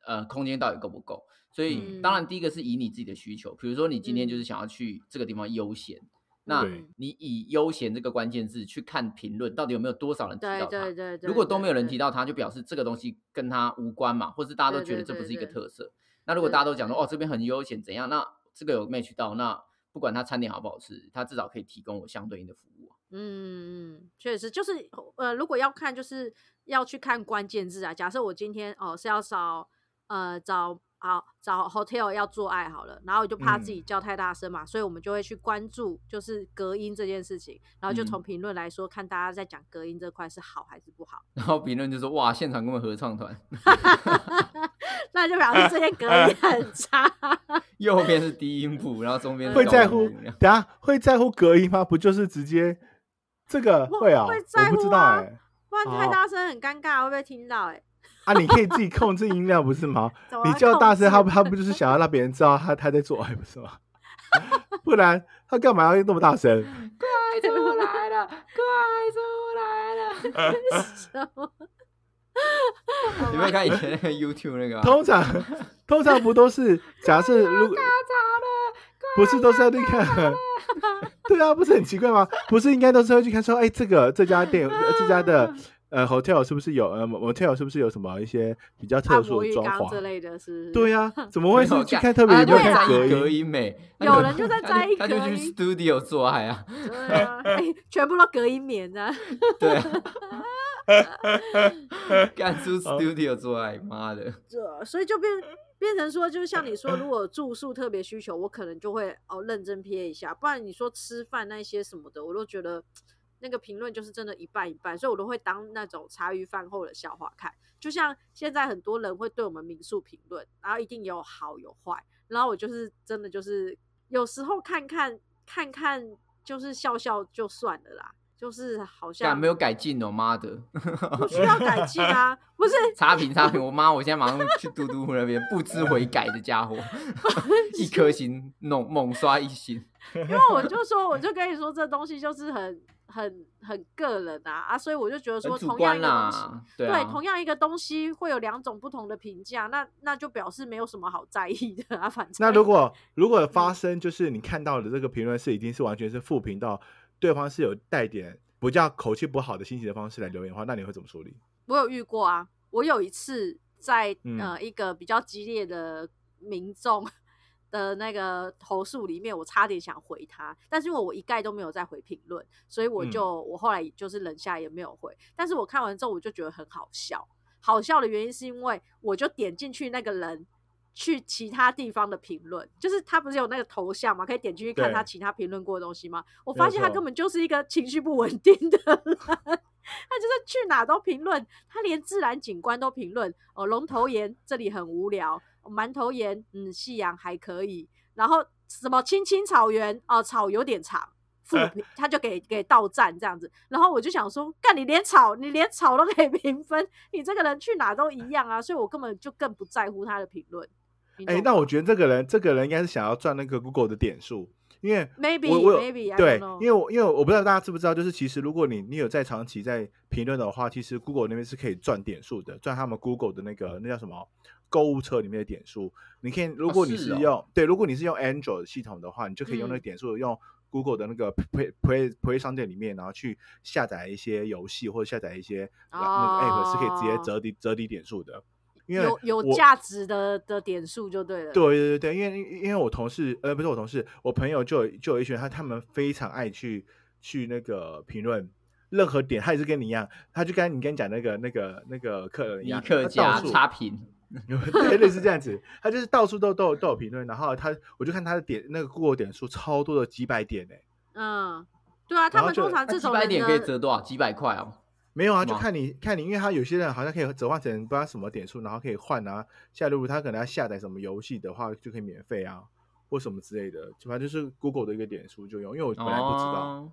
Speaker 3: 呃空间到底够不够。所以当然第一个是以你自己的需求，比如说你今天就是
Speaker 2: 嗯
Speaker 3: 想要去这个地方悠闲，那
Speaker 1: 对
Speaker 3: 你以悠闲这个关键字去看评论，到底有没有多少人提
Speaker 2: 对
Speaker 3: 到
Speaker 2: 对
Speaker 3: 它？
Speaker 2: 对对，
Speaker 3: 如果都没有人提
Speaker 2: 到，
Speaker 3: 到它，就表示这个东西跟它无关嘛，或是大家都
Speaker 2: 对
Speaker 3: 觉得
Speaker 2: 对
Speaker 3: 这不
Speaker 2: 对
Speaker 3: 是一个
Speaker 2: 对
Speaker 3: 特色。那如果
Speaker 2: 对
Speaker 3: 大家
Speaker 2: 对
Speaker 3: 都讲说哦这边很悠闲怎样，那这个有 match 到，那不管它餐点好不好吃，它至少可以提供我相对应的服务啊。
Speaker 2: 嗯，嗯，确实就是呃，如果要看，就是要去看关键字啊。假设我今天哦是要找呃找好找 hotel 要做爱好了，然后我就怕自己
Speaker 1: 嗯
Speaker 2: 叫太大声嘛，所以我们就会去关注就是隔音这件事情，然后就从
Speaker 3: 嗯
Speaker 2: 评论来说，看大家在讲隔音这块是好还是不好，
Speaker 3: 然后评论就说哇，现场根本合唱团，
Speaker 2: 那就表示这些 隔音很差。
Speaker 3: 右边是低音部，然后中边是
Speaker 1: 会
Speaker 3: 高
Speaker 1: 在
Speaker 3: 音
Speaker 1: 乎
Speaker 3: 部这 样
Speaker 1: 等下会在乎隔音吗？不就是直接这个
Speaker 2: 我
Speaker 1: 会啊？
Speaker 2: 会在
Speaker 1: 我不知
Speaker 2: 乎
Speaker 1: 道
Speaker 2: 啊
Speaker 1: 哎、
Speaker 2: 不然太
Speaker 1: 哦
Speaker 2: 大声很尴尬，会被听到哎、欸。
Speaker 1: 啊，你可以自己控制音量不是 吗？
Speaker 2: 怎么
Speaker 1: 你
Speaker 2: 会
Speaker 1: 叫
Speaker 2: 控
Speaker 1: 大声，他
Speaker 2: 制
Speaker 1: 他不就是想要让别人知道他他在做爱不是吗？ 不然他干嘛要那么大声？
Speaker 3: 快出来了，快出来了！
Speaker 2: 什么？
Speaker 3: 你们看以前那个 YouTube 那个、啊，
Speaker 1: 通常通常不都是假设如果不是都是要去 看？对啊，不是很奇怪吗？不是应该都是会去看说，哎、这个这家店、
Speaker 2: 啊
Speaker 1: 呃这家的呃 hotel 是不是有呃 motel 是不是有什么一些比较特
Speaker 2: 按
Speaker 1: 殊
Speaker 2: 摩
Speaker 1: 的
Speaker 2: 浴
Speaker 1: 装
Speaker 2: 缸之
Speaker 1: 潢？
Speaker 2: 类的，啊是不是？
Speaker 1: 对 啊，怎么会
Speaker 3: 没
Speaker 1: 是
Speaker 3: 有
Speaker 1: 去
Speaker 3: 干
Speaker 1: 看特别有没有
Speaker 3: 他就
Speaker 1: 看
Speaker 3: 在
Speaker 1: 隔
Speaker 3: 意隔
Speaker 1: 音？
Speaker 3: 音美，
Speaker 2: 有人就在
Speaker 3: 他
Speaker 2: 在
Speaker 3: 就
Speaker 2: 意
Speaker 3: 他就
Speaker 2: 隔
Speaker 3: 去
Speaker 2: 音
Speaker 3: studio 做爱啊，
Speaker 2: 对 啊，哎全部都隔音棉的、啊。
Speaker 3: 对 啊，干出 studio 做爱，妈的，
Speaker 2: 这，所以就变变成说，就是像你说，如果住宿特别需求，我可能就会哦认真瞥一下，不然你说吃饭那些什么的，我都觉得那个评论就是真的一半一半，所以我都会当那种茶余饭后的笑话看。就像现在很多人会对我们民宿评论，然后一定有好有坏，然后我就是真的就是有时候看看看看，就是笑笑就算了啦，就是好
Speaker 3: 干
Speaker 2: 像
Speaker 3: 没有改进哦，妈的，
Speaker 2: 不需要改进啊， 不是
Speaker 3: 差评差评，我妈，我现在马上去嘟嘟那边，不知悔改的 家伙，一颗星弄猛刷一星，
Speaker 2: 因为我就说，我就跟你说，这东西就是很、很、很个人啊啊，所以我就觉得
Speaker 3: 很
Speaker 2: 说，
Speaker 3: 主
Speaker 2: 同样
Speaker 3: 观
Speaker 2: 一个东西，
Speaker 3: 啦，
Speaker 2: 对,、
Speaker 3: 啊，
Speaker 2: 同样一个东西会有两种不同的评价，那那就表示没有什么好在意的啊。反正
Speaker 1: 那如果如果发生就是你看到的这个评论是已经是完全是负评到对方是有带点不叫口气不好的心情的方式来留言的话，那你会怎么处理？
Speaker 2: 我有遇过啊，我有一次在、
Speaker 1: 嗯
Speaker 2: 呃一个比较激烈的民众的那个投诉里面，我差点想回他，但是因为我一概都没有再回评论，所以我
Speaker 1: 嗯
Speaker 2: 就、我后来就是忍下来也没有回。但是我看完之后，我就觉得很好笑。好笑的原因是因为我就点进去那个人去其他地方的评论，就是他不是有那个头像嘛，可以点进去看
Speaker 1: 对
Speaker 2: 他其他评论过的东西吗？我
Speaker 1: 没
Speaker 2: 发
Speaker 1: 有
Speaker 2: 现他
Speaker 1: 错
Speaker 2: 根本就是一个情绪不稳定的人， 他就是去哪都评论，他连自然景观都评论。哦，龙头岩这里很无聊，哦馒头岩嗯，夕阳还可以，然后什么青青草原哦，草有点长。负
Speaker 1: 哎
Speaker 2: 评，他就给给到站这样子，然后我就想说，干你连草你连草都可以 评分，你这个人去哪都一样啊，所以我根本就更不在乎他的评论。你
Speaker 1: 哎、
Speaker 2: 懂
Speaker 1: 那
Speaker 2: 吗
Speaker 1: 我觉得这个人，这个人应该是想要赚那个 Google 的点数，因为
Speaker 2: maybe
Speaker 1: 我我有
Speaker 2: maybe I
Speaker 1: 对
Speaker 2: don't，know
Speaker 1: 因为我因为我不知道大家知不知道，就是其实如果你你有在长期在评论的话，其实 Google 那边是可以赚点数的，赚他们 Google 的那个那叫什么购物车里面的点数。你可以，如果你
Speaker 3: 是
Speaker 1: 是
Speaker 3: 哦
Speaker 1: 用、对，如果你是用 Android 系统的话，你就可以用那个
Speaker 2: 嗯
Speaker 1: 点数、用 Google 的那个 Play Play Play 商店里面，然后去下载一些游戏或者下载一些、那个 App 是可以直接
Speaker 2: 哦
Speaker 1: 折抵折抵点数的。因为
Speaker 2: 有有
Speaker 1: 我
Speaker 2: 价值的的点数就对了。
Speaker 1: 对对对，因为因为我同事，呃，不是我同事，我朋友就有就有一群人，他他们非常爱去去那个评论任何点，他也是跟你一样，他就跟你跟你讲那个那个那个客人一
Speaker 3: 尼
Speaker 1: 样，
Speaker 3: 克
Speaker 1: 他
Speaker 3: 家
Speaker 1: 到处
Speaker 3: 差评，
Speaker 1: 对类似这样子，他就是到处都都有都有评论，然后他我就看他的点那个 Google 点数超多的几百点呢、
Speaker 2: 嗯，对啊，他
Speaker 1: 然后
Speaker 2: 们
Speaker 1: 就
Speaker 2: 通常
Speaker 3: 那
Speaker 2: 这
Speaker 3: 几
Speaker 2: 种
Speaker 3: 百
Speaker 2: 人
Speaker 3: 点可以
Speaker 2: 的
Speaker 3: 折多少？几百块哦。
Speaker 1: 没有啊，就
Speaker 3: 哇
Speaker 1: 看你看你，因为他有些人好像可以折换成不知道什么点数，然后可以换啊。下如果他可能要下载什么游戏的话，就可以免费啊，或什么之类的。反正就是 Google 的一个点数就用，因为我本来不知道。
Speaker 3: 哦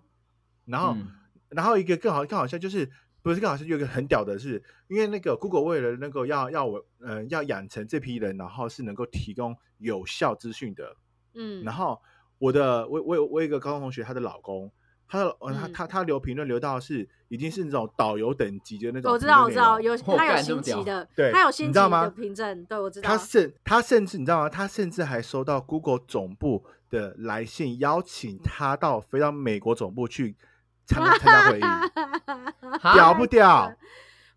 Speaker 1: 然后，
Speaker 3: 嗯
Speaker 1: 然后一个更好更好笑就是不是更好笑，有一个很屌的是，因为那个 Google 为了那个要要我嗯、呃、要养成这批人，然后是能够提供有效资讯的。
Speaker 2: 嗯，
Speaker 1: 然后我的我我有我有一个高中同学，她的老公。她的呃她
Speaker 2: 嗯
Speaker 1: 她她留评论留到是已经是那种导游等级的那种
Speaker 2: 我
Speaker 1: 评论内容，
Speaker 2: 知道我知道有
Speaker 3: 哦
Speaker 2: 他有
Speaker 3: 干这
Speaker 2: 新
Speaker 3: 么
Speaker 2: 奇
Speaker 3: 屌
Speaker 2: 的，
Speaker 1: 对
Speaker 2: 他有
Speaker 1: 你
Speaker 2: 新
Speaker 1: 知
Speaker 2: 奇
Speaker 1: 道吗
Speaker 2: 的凭证，对我知道
Speaker 1: 他。甚他甚至你知道吗？他甚至还收到 Google 总部的来信，邀请他到飞到美国总部去参参加会 议，
Speaker 2: 啊
Speaker 3: 哈
Speaker 1: 屌不屌？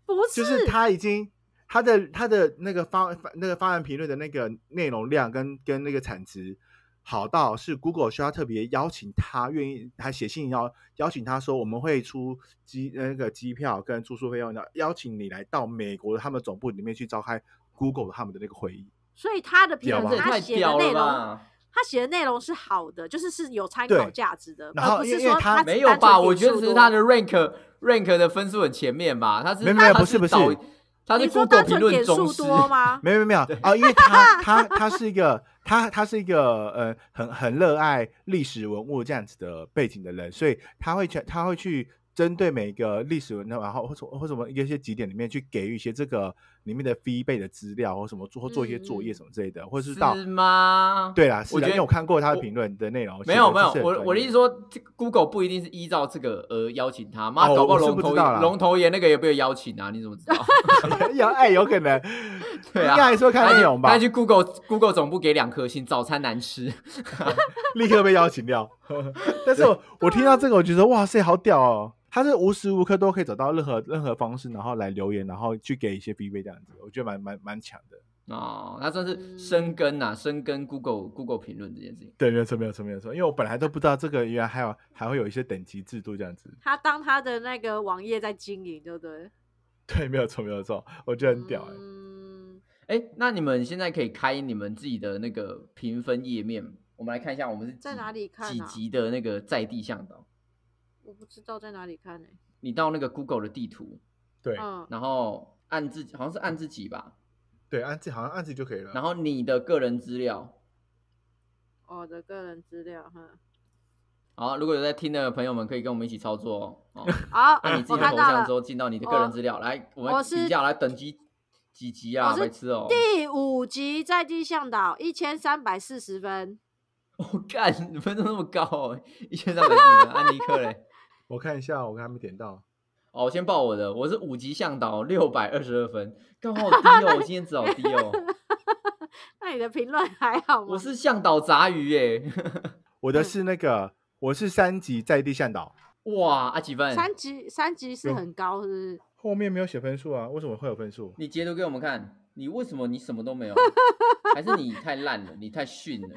Speaker 2: 不
Speaker 1: 就是是他已经他的他的那个发发那个发文评论的那个内容量跟跟那个产值好到是 Google 需要特别邀请他，愿意还写信要邀请他说我们会出机呃那个机票跟住宿费用，然后邀请你来到美国他们总部里面去召开 Google 他们的那个会议。
Speaker 2: 所以他的评
Speaker 1: 屌吧
Speaker 2: 论
Speaker 3: 这也
Speaker 2: 他
Speaker 3: 太
Speaker 2: 写的
Speaker 3: 屌
Speaker 2: 内容，
Speaker 3: 了吧！
Speaker 2: 他写的内容是好的，就是是有参
Speaker 1: 对
Speaker 2: 考价值的，
Speaker 1: 然后
Speaker 2: 而不
Speaker 1: 因
Speaker 2: 是
Speaker 1: 为因为
Speaker 2: 说
Speaker 1: 他
Speaker 2: 他
Speaker 1: 只
Speaker 3: 没有吧？我觉得只是他
Speaker 2: 的。
Speaker 3: 的 rank rank 的分数很前面吧，他是
Speaker 1: 没有没有
Speaker 3: 他
Speaker 1: 不是不是
Speaker 3: 导他是
Speaker 2: 你说
Speaker 3: Google
Speaker 2: 单
Speaker 3: 评
Speaker 2: 纯
Speaker 3: 论
Speaker 2: 点
Speaker 3: 宗
Speaker 2: 数
Speaker 3: 师，
Speaker 2: 多 吗？
Speaker 1: 没有没有没有啊，因为他他他是一个他他是一个呃很很热爱历史文物这样子的背景的人，所以他会去他会去针对每个历史文物，然后或者或什么一些节点里面去给予一些这个里面的 V 倍的资料或什么做做一些作业什么之类的，或是到
Speaker 3: 是吗？
Speaker 1: 对啦，是
Speaker 3: 我
Speaker 1: 啦
Speaker 3: 觉
Speaker 1: 因
Speaker 3: 得
Speaker 1: 为我看过他的
Speaker 3: 我
Speaker 1: 评论的内容，
Speaker 3: 没有
Speaker 1: 写得
Speaker 3: 没有
Speaker 1: 是，很
Speaker 3: 我
Speaker 1: 专
Speaker 3: 我的
Speaker 1: 业
Speaker 3: 意思说这个，Google 不一定是依照这个而邀请他，妈，
Speaker 1: 哦
Speaker 3: 搞不好
Speaker 1: 我是
Speaker 3: 龙
Speaker 1: 不知
Speaker 3: 头
Speaker 1: 道啦
Speaker 3: 龙头爷那个也被邀请啊，你怎么知道？
Speaker 1: 有哎有可能，
Speaker 3: 对
Speaker 1: 应该
Speaker 3: 啊，
Speaker 1: 还是会 看
Speaker 3: 他
Speaker 1: 内
Speaker 3: 去
Speaker 1: 容吧
Speaker 3: 他，去 Google Google 总部给两颗星，早餐难吃。
Speaker 1: 立刻被邀请掉。 但是我我听到这个，我觉得哇塞，好屌哦！他是无时无刻都可以找到任何任何方式，然后来留言，然后去给一些 B V 这样子，我觉得蛮蛮蛮强的。
Speaker 3: 哦，他算是深耕呐、啊，深耕 Google Google 评论这件事情。
Speaker 1: 对，没有错，没有错，没有错。因为我本来都不知道这个原来还有还会有一些等级制度这样子。
Speaker 2: 他当他的那个网页在经营，对不对？
Speaker 1: 对，没有错，没有错，我觉得很屌哎、
Speaker 2: 嗯，
Speaker 3: 哎，那你们现在可以开你们自己的那个评分页面吗，我们来看一下我们是
Speaker 2: 在
Speaker 3: 几
Speaker 2: 哪里看啊
Speaker 3: 几级的那个在地向导。
Speaker 2: 我不知道在哪里看呢、欸
Speaker 3: 你到那个 Google 的地图，
Speaker 1: 对
Speaker 2: 嗯，
Speaker 3: 然后按自己好像是按自己吧，
Speaker 1: 对，按自好像按自己就可以了。
Speaker 3: 然
Speaker 1: 后
Speaker 3: 后你的个人资料，
Speaker 2: 我的个人资料，哈。
Speaker 3: 好，如果有在听的朋友们，可以跟我们一起操作哦。哦
Speaker 2: 好
Speaker 3: 按你，自
Speaker 2: 我
Speaker 3: 己的
Speaker 2: 看
Speaker 3: 头
Speaker 2: 到
Speaker 3: 像
Speaker 2: 了
Speaker 3: 之，后，进到你的个人资料，来，我们
Speaker 2: 我是
Speaker 3: 比较来等级几级啊？
Speaker 2: 我是
Speaker 3: 白痴哦！
Speaker 2: 第五集在地向导一千三百四十分，
Speaker 3: 我干，你分数那么高哦，一啊千三百四十，安妮 克嘞。
Speaker 1: 我看一下，我还没点到。
Speaker 3: 哦，我先报我的，我是五级向导，六百二十二分，刚好低哦，我今天只好低 哦。
Speaker 2: 那你的评论还好吗？
Speaker 3: 我是向导杂鱼耶，
Speaker 1: 我的是那个，我是三级在地向导，
Speaker 3: 哇，啊几分？
Speaker 2: 三级，三级是
Speaker 1: 有
Speaker 2: 很高，是不是？
Speaker 1: 后面没有写分数啊？为什么会有分数？
Speaker 3: 你截图给我们看，你为什么你什么都 没有？还是你太烂了，你太逊了？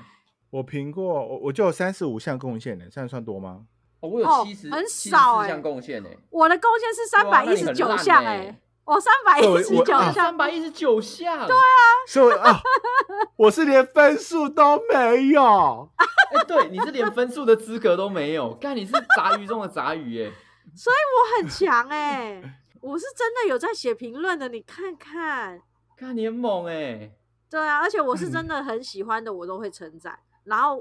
Speaker 1: 我评过，我我就有三十五项贡献呢，这样算多吗？
Speaker 3: 哦，我有
Speaker 2: 哦
Speaker 3: 七十、
Speaker 2: 很
Speaker 3: 七十
Speaker 2: 少
Speaker 3: 四
Speaker 2: 哎
Speaker 3: 项贡献呢，
Speaker 2: 我的贡献是三
Speaker 3: 啊
Speaker 2: 百一十九项，哎，我三百
Speaker 1: 对我
Speaker 2: 一
Speaker 1: 我
Speaker 2: 十九
Speaker 1: 啊
Speaker 2: 项
Speaker 3: 欸三，百一十九项。对啊，
Speaker 1: 所以啊，我是连分数都没有。
Speaker 3: 哎、对，你是连分数的资格都没有，干你是杂鱼中的杂鱼欸耶。
Speaker 2: 我很强，哎，我是真的有在写评论的，你看看。
Speaker 3: 干你很猛哎、
Speaker 2: 对啊，而且我是真的很喜欢的，我都会称赞。然后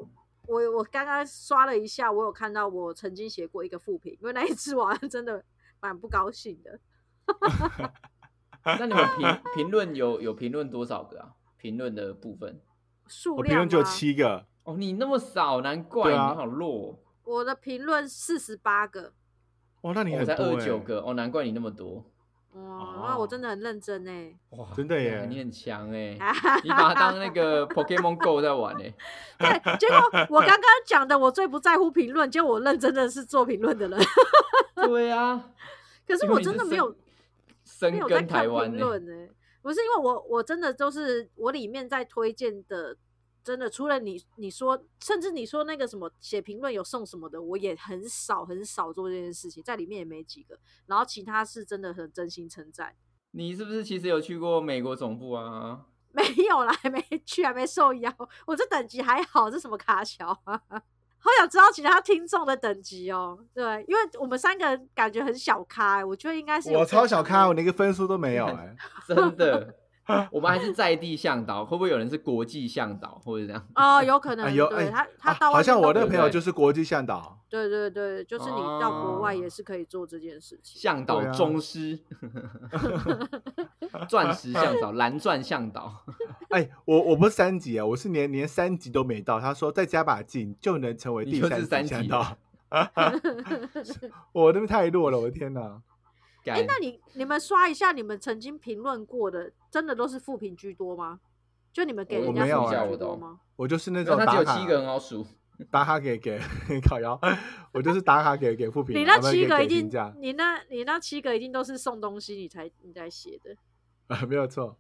Speaker 2: 我我刚刚刷了一下，我有看到我曾经写过一个副评，因为那一次我好像真的蛮不高兴的。
Speaker 3: 那你们评评论有有评论多少个啊？评论的部分
Speaker 1: 哦
Speaker 2: 数
Speaker 1: 我评
Speaker 2: 量啊
Speaker 3: 啊
Speaker 1: 论只有
Speaker 2: 吗，
Speaker 1: 七个，
Speaker 3: 哦，你那么少，难怪、
Speaker 1: 对啊
Speaker 3: 你好弱哦。
Speaker 2: 我的评论四十八个。
Speaker 1: 哇，那你
Speaker 3: 哦我
Speaker 1: 很多
Speaker 3: 才
Speaker 1: 欸
Speaker 3: 二九，个哦，难怪你那么多。
Speaker 2: 哦，那我真的很认真哎、
Speaker 3: 哇，
Speaker 1: 真的耶
Speaker 3: 你很 强哎、
Speaker 2: 欸
Speaker 3: 你把它当那个 Pokemon Go 在玩哎、
Speaker 2: 对， 结果我刚刚讲的我最不在乎评论，结果我认真的是做评论的人，
Speaker 3: 对啊，
Speaker 2: 可是
Speaker 3: 因为
Speaker 2: 我
Speaker 3: 你
Speaker 2: 真的
Speaker 3: 深
Speaker 2: 没有
Speaker 3: 深
Speaker 2: 没有在
Speaker 3: 耕
Speaker 2: 看
Speaker 3: 台湾欸
Speaker 2: 评
Speaker 3: 呢、
Speaker 2: 论呢，不是因为我我真的都是我里面在推荐的，真的除了你你说，甚至你说那个什么写评论有送什么的，我也很少很少做这件事情，在里面也没几个，然后其他是真的很真心称赞，
Speaker 3: 你是不是其实有去过美国总部啊？
Speaker 2: 没有啦，还没去，还没受邀，我这等级还好，这什么卡桥啊？ 好想知道其他听众的等级哦，对，因为我们三个人感觉很小咖欸、我觉得应该是有
Speaker 1: 我
Speaker 2: 正
Speaker 1: 超小
Speaker 2: 常
Speaker 1: 咖，
Speaker 2: 的
Speaker 1: 我连个分数都没
Speaker 2: 嗯
Speaker 1: 有哎、
Speaker 3: 真的， 我们还是在地向导，会不会有人是国际向导或者这样？
Speaker 2: 哦，有可能，
Speaker 1: 哎呦
Speaker 2: 对
Speaker 1: 哎
Speaker 2: 他他
Speaker 1: 啊
Speaker 2: 到外
Speaker 1: 好像
Speaker 2: 面
Speaker 1: 我
Speaker 2: 都
Speaker 1: 那个
Speaker 2: 有
Speaker 1: 朋友就是国际向 导，
Speaker 2: 对对对，就是你到国外也
Speaker 3: 哦
Speaker 2: 是可以做这件事情。
Speaker 3: 向导宗师， 钻石向导、蓝钻向导，
Speaker 1: 哎，我我不是三级啊，我是连连三级都没到。他说再加把劲就能成为
Speaker 3: 你
Speaker 1: 第
Speaker 3: 就是
Speaker 1: 三
Speaker 3: 三
Speaker 1: 级
Speaker 3: 级
Speaker 1: 向
Speaker 2: 哎
Speaker 1: 导，我那边太弱了，我的天哪！
Speaker 2: 哎、
Speaker 3: 干
Speaker 2: 那你你们刷一下，你们曾经评论过的，真的都是负评居多吗？就你们给
Speaker 3: 我
Speaker 2: 人
Speaker 1: 我
Speaker 2: 家
Speaker 1: 没有
Speaker 2: 负
Speaker 1: 哎
Speaker 2: 评居
Speaker 3: 我
Speaker 2: 多
Speaker 3: 懂
Speaker 2: 吗？
Speaker 1: 我就是那
Speaker 3: 没有
Speaker 1: 种
Speaker 3: 他只
Speaker 1: 打
Speaker 3: 有
Speaker 2: 啊
Speaker 1: 卡
Speaker 3: 七个很好数，
Speaker 1: 打卡给 给烤腰，我就是打卡给给副评啊，
Speaker 2: 你那
Speaker 1: 不然
Speaker 2: 七
Speaker 1: 给
Speaker 2: 个
Speaker 1: 给
Speaker 2: 一
Speaker 1: 评
Speaker 2: 定
Speaker 1: 价，
Speaker 2: 你那你那七个一定都是送东西你才你才写的。
Speaker 1: 啊，没有错。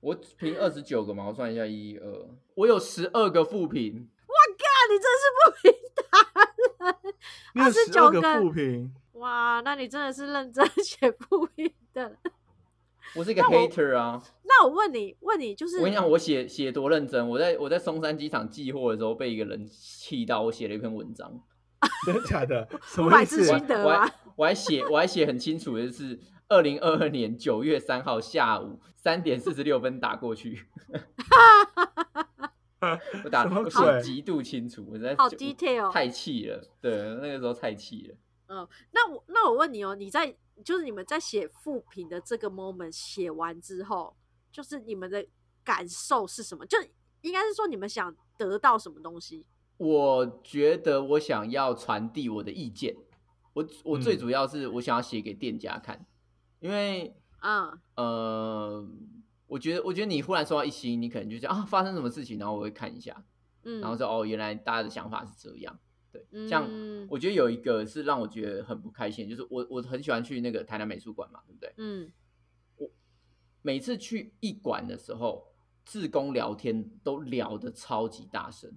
Speaker 3: 我评二十九个嘛，我算一下，一二，我有十二个负评，
Speaker 2: 啊，你真是负评
Speaker 1: 你有十
Speaker 2: 29
Speaker 1: 二个
Speaker 2: 个
Speaker 1: 负评，
Speaker 2: 哇，那你真的是认真 写负评的。
Speaker 3: 我是一个
Speaker 2: 那我
Speaker 3: hater 啊！
Speaker 2: 那我问你，问你就是
Speaker 3: 我跟你讲，我写写多认真。我在我在松山机场寄货的时候，被一个人气到，我写了一篇文章。
Speaker 1: 真的假的？什
Speaker 2: 五百
Speaker 1: 么意
Speaker 2: 字
Speaker 1: 思
Speaker 3: 我
Speaker 2: 心
Speaker 3: 还
Speaker 2: 得
Speaker 3: 我还
Speaker 2: 吗
Speaker 3: 我还写我还写很清楚的是，二零二二年九月三号下午三点四十六分打过去。 我打
Speaker 1: 什么
Speaker 3: 我
Speaker 1: 鬼
Speaker 3: 写极度清楚，我实在
Speaker 2: 好
Speaker 3: 就
Speaker 2: detail 哦
Speaker 3: 太气了。对，那个时候太气了。
Speaker 2: 那我那我问你哦，你在就是你们在写复评的这个 moment 写完之后，就是你们的感受是什么？就应该是说你们想得到什么东西？
Speaker 3: 我觉得我想要传递我的意见，我我最
Speaker 1: 嗯
Speaker 3: 主要是我想要写给店家看，因为
Speaker 2: 嗯
Speaker 3: 呃，我觉得我觉得你忽然说到一星，你可能就想啊发生什么事情，然后我会看一下，
Speaker 2: 嗯，
Speaker 3: 然后说哦原来大家的想法是这样，对，
Speaker 2: 嗯
Speaker 3: 像我觉得有一个是让我觉得很不开心，就是我我很喜欢去那个台南美术馆嘛，对不对？
Speaker 2: 嗯
Speaker 3: 每次去一馆的时候，志工聊天都聊得超级大声，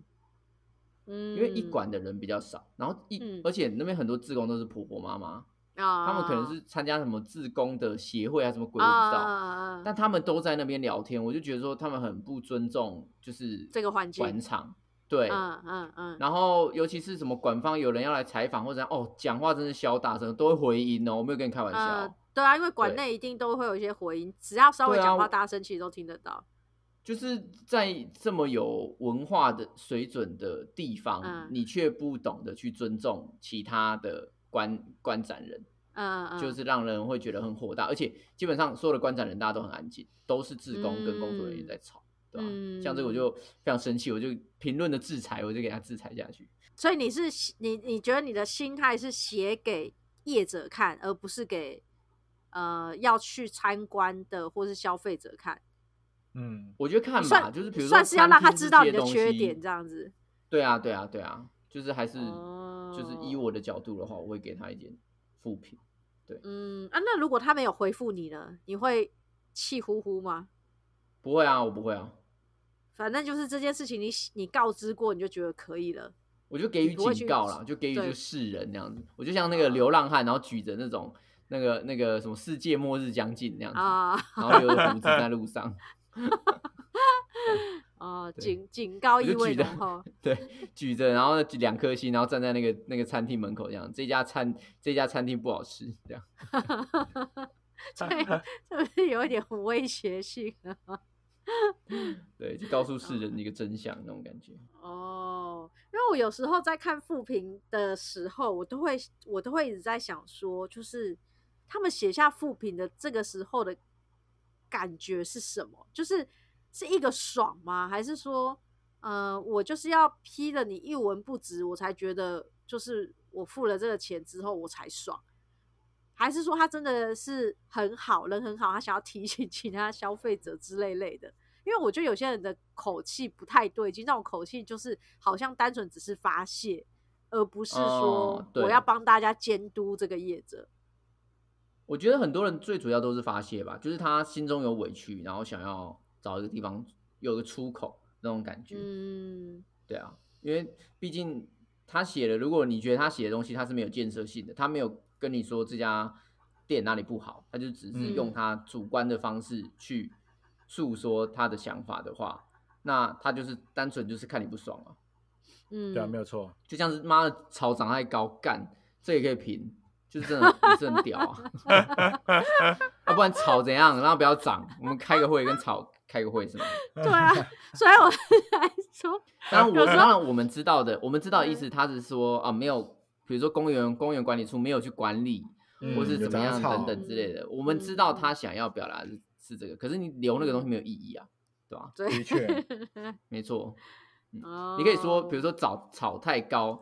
Speaker 2: 嗯，
Speaker 3: 因为一馆的人比较少，然后一、
Speaker 2: 嗯
Speaker 3: 而且那边很多志工都是婆婆妈妈，
Speaker 2: 啊，
Speaker 3: 他们可能是参加什么志工的协会啊什么鬼我不知道，
Speaker 2: 啊，
Speaker 3: 但他们都在那边聊天，我就觉得说他们很不尊重就是
Speaker 2: 这个环境
Speaker 3: 馆场，对，
Speaker 2: 嗯嗯嗯，
Speaker 3: 然后尤其是什么馆方有人要来采访或者哦讲话真是小大声，都会回音哦，我没有跟你开玩笑，
Speaker 2: 呃，对啊，因为馆
Speaker 3: 对
Speaker 2: 内一定都会有一些回音，只要稍微
Speaker 3: 对啊
Speaker 2: 讲话
Speaker 3: 我
Speaker 2: 大声，其实都听得到。
Speaker 3: 就是在这么有文化的水准的地方，
Speaker 2: 嗯
Speaker 3: 你却不懂得去尊重其他的观观展人。
Speaker 2: 嗯嗯，
Speaker 3: 就是让人会觉得很火大，而且基本上所有的观展人大家都很安静，都是志工跟工作人员在吵，对吧、
Speaker 2: 嗯
Speaker 3: 像这个我就非常生气，我就评论的制裁，我就给他制裁下去。
Speaker 2: 所以你是写你你觉得你的心态是写给业者看，而不是给呃要去参观的或是消费者看，
Speaker 1: 嗯，
Speaker 3: 我觉得看吧，
Speaker 2: 算
Speaker 3: 就是比如说
Speaker 2: 算是要让他
Speaker 3: 餐厅
Speaker 2: 知道
Speaker 3: 这
Speaker 2: 你
Speaker 3: 些
Speaker 2: 的
Speaker 3: 东西
Speaker 2: 缺点这。样子。
Speaker 3: 对啊，对啊，对啊，就是还是、
Speaker 2: 哦
Speaker 3: 就是以我的角度的话，我会给他一点负评。
Speaker 2: 嗯啊，那如果他没有回复你呢，你会气呼呼吗？
Speaker 3: 不会啊，我不会啊，
Speaker 2: 反正就是这件事情你，你告知过，你就觉得可以了。
Speaker 3: 我就给予
Speaker 2: 你不会
Speaker 3: 警
Speaker 2: 去
Speaker 3: 告啦，就给予就
Speaker 2: 对哦
Speaker 3: 世人那样子，我就像那个流浪汉，然后举着那种那个那个什么世界末日将近那样子，
Speaker 2: 啊
Speaker 3: 然后留着胡子在路上。
Speaker 2: 啊，
Speaker 3: 对
Speaker 2: 警警告
Speaker 3: 我就
Speaker 2: 意味
Speaker 3: 举得
Speaker 2: 浓 厚。
Speaker 3: 对， 举着，然后两颗星，然后站在那个那个餐厅门口，这样，这家餐这家餐厅不好吃，这样。
Speaker 2: 所以是不是有一点威胁性？啊
Speaker 3: 对，就告诉世人一个真相那种感觉。
Speaker 2: 哦，因为我有时候在看复评的时候，我都会我都会一直在想说，就是他们写下复评的这个时候的感觉是什么？就是是一个爽吗？还是说，呃，我就是要批的你一文不值，我才觉得就是我付了这个钱之后我才爽？还是说他真的是很好，人很好，他想要提醒其他消费者之类类的？因为我觉得有些人的口气不太对劲，那种口气就是好像单纯只是发泄，而不是说
Speaker 3: 哦对
Speaker 2: 我要帮大家监督这个业者。
Speaker 3: 我觉得很多人最主要都是发泄吧，就是他心中有委屈，然后想要找一个地方有个出口那种感觉。
Speaker 2: 嗯
Speaker 3: 对啊，因为毕竟他写的，如果你觉得他写的东西他是没有建设性的，他没有跟你说这家店哪里不好，他就只是用
Speaker 2: 嗯
Speaker 3: 他主观的方式去诉说他的想法的话，那他就是单纯就是看你不爽啊，
Speaker 2: 嗯，
Speaker 1: 对啊，没有错。
Speaker 3: 就像是妈的草长太高干，这也可以评，就是真的你是很屌啊， 要、不然草怎样，然后不要长，我们开个会跟草开个会是吗？
Speaker 2: 对啊， 所以我来说，
Speaker 3: 当然我，
Speaker 2: 有时候
Speaker 3: 当然我们知道的，我们知道的意思，
Speaker 2: 嗯
Speaker 3: 他是说啊，没有，比如说公园公园管理处没有去管理，
Speaker 1: 嗯
Speaker 3: 或
Speaker 1: 有
Speaker 3: 是怎么
Speaker 1: 杂
Speaker 3: 样
Speaker 1: 草
Speaker 2: 嗯
Speaker 3: 等等之类的。我们知道他想要表达的是是这个，可是你留那个东西没有意义啊，对吧？
Speaker 2: 对，
Speaker 1: 的 确
Speaker 3: 没错，
Speaker 2: 哦
Speaker 3: 你可以说，比如说草草太高，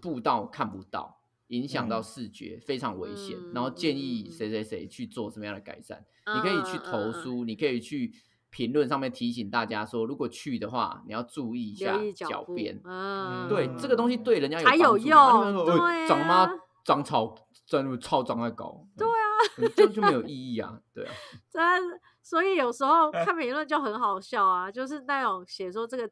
Speaker 3: 步道看不到。影响到
Speaker 1: 嗯
Speaker 3: 视觉，非常危险。
Speaker 2: 嗯
Speaker 3: 然后建
Speaker 2: 嗯
Speaker 3: 议
Speaker 2: 嗯嗯
Speaker 3: 谁谁谁去做什么样的改善，
Speaker 2: 嗯
Speaker 3: 你可以去
Speaker 2: 嗯嗯
Speaker 3: 投
Speaker 2: 嗯
Speaker 3: 书，你可以去评论上面提醒大家说，如果去的话，你要注意一下
Speaker 2: 留意
Speaker 3: 脚
Speaker 2: 步
Speaker 3: 边，
Speaker 2: 嗯，
Speaker 3: 对，这个东西对人家
Speaker 2: 才有
Speaker 3: 帮助嘛
Speaker 2: 用
Speaker 3: 你们
Speaker 2: 对啊
Speaker 3: 长妈长草长草长太高，对啊，这样就没有意义啊，对 啊，
Speaker 2: 真的，所以有时候看评论就很好笑啊，就是那种写说这个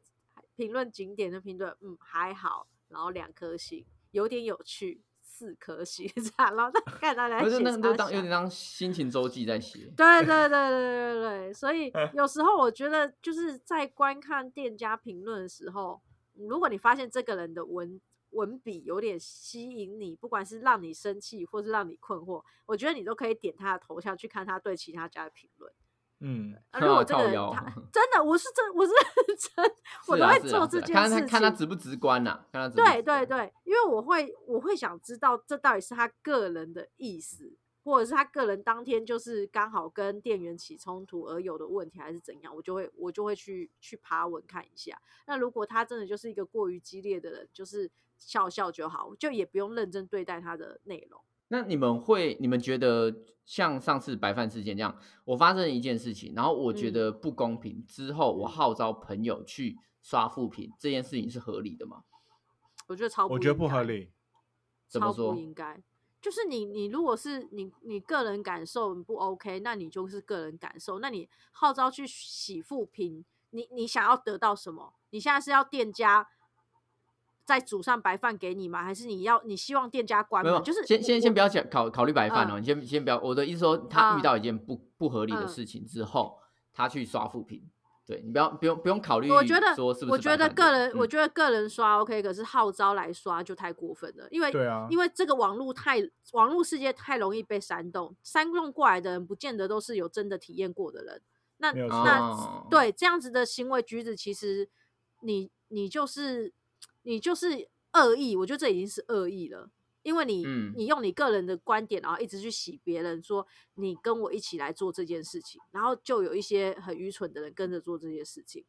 Speaker 2: 评论景点的评论，嗯，还好，然后两颗星，有点有趣，四颗星， 这样，然后那看大家
Speaker 3: 不是那个就当有
Speaker 2: 有
Speaker 3: 点当心情周记在写。
Speaker 2: 对对对对对对，所以有时候我觉得就是在观看店家评论的时候，如果你发现这个人的文文笔有点吸引你，不管是让你生气或是让你困惑，我觉得你都可以点他的头像去看他对其他家的评论。
Speaker 1: 嗯，
Speaker 2: 啊、如果这个
Speaker 3: 靠
Speaker 2: 人
Speaker 3: 腰
Speaker 2: 他真的，我是真，我是真，我
Speaker 3: 是
Speaker 2: 都
Speaker 3: 啊
Speaker 2: 会
Speaker 3: 是啊
Speaker 2: 做
Speaker 3: 是
Speaker 2: 这
Speaker 3: 啊
Speaker 2: 件
Speaker 3: 看他
Speaker 2: 事
Speaker 3: 看他
Speaker 2: 情
Speaker 3: 直不直观呐，看他直不
Speaker 2: 对
Speaker 3: 直
Speaker 2: 对
Speaker 3: 观
Speaker 2: 对，因为我会我会想知道这到底是他个人的意思，或者是他个人当天就是刚好跟店员起冲突而有的问题，还是怎样，我就会我就会去去爬文看一下。那如果他真的就是一个过于激烈的人，就是笑笑就好，就也不用认真对待他的内容。
Speaker 3: 那你们会，你们觉得像上次白饭事件这样，我发生了一件事情，然后我觉
Speaker 2: 嗯
Speaker 3: 得不公平，之后我
Speaker 2: 嗯
Speaker 3: 号召朋友去刷负评，这件事情是合理的吗？
Speaker 2: 我觉得
Speaker 3: 哦
Speaker 2: 超
Speaker 1: 我觉得不合
Speaker 2: 理。
Speaker 1: 理。
Speaker 3: 怎么
Speaker 2: 超
Speaker 3: 说
Speaker 2: 不应该。就是你，你如果是你，你个人感受不 OK，那你就是个人感受。那你号召去洗复评，你你想要得到什么？你现在是要店家再煮上白饭给你吗？还是你要你希望店家关
Speaker 3: 没有，
Speaker 2: 门？啊就是
Speaker 3: 先
Speaker 2: 我
Speaker 3: 先先不要讲考考虑白饭哦，
Speaker 2: 嗯
Speaker 3: 你先先不要。我的意思说，他
Speaker 2: 嗯
Speaker 3: 遇到一件不不合理的
Speaker 2: 嗯
Speaker 3: 事情之后，他去刷负评，对你不要不用不用考虑，
Speaker 2: 我觉得
Speaker 3: 说是不是
Speaker 2: 我觉
Speaker 3: 白
Speaker 2: 得
Speaker 3: 饭
Speaker 2: 个
Speaker 3: 的
Speaker 2: 人，我
Speaker 3: 嗯
Speaker 2: 觉得个人刷 OK，可是号召来刷就太过分了，因为
Speaker 1: 对啊，
Speaker 2: 因为这个网络太网络世界太容易被煽动，煽动过来的人不见得都是有真的体验过的人。那
Speaker 1: 没有错
Speaker 2: 那、
Speaker 3: 哦
Speaker 2: 对这样子的行为举止，其实你你就是你就是恶意，我觉得这已经是恶意了。因为你、
Speaker 3: 嗯
Speaker 2: 你用你个人的观点，然后一直去洗别人，说你跟我一起来做这件事情，然后就有一些很愚蠢的人跟着做这些事情。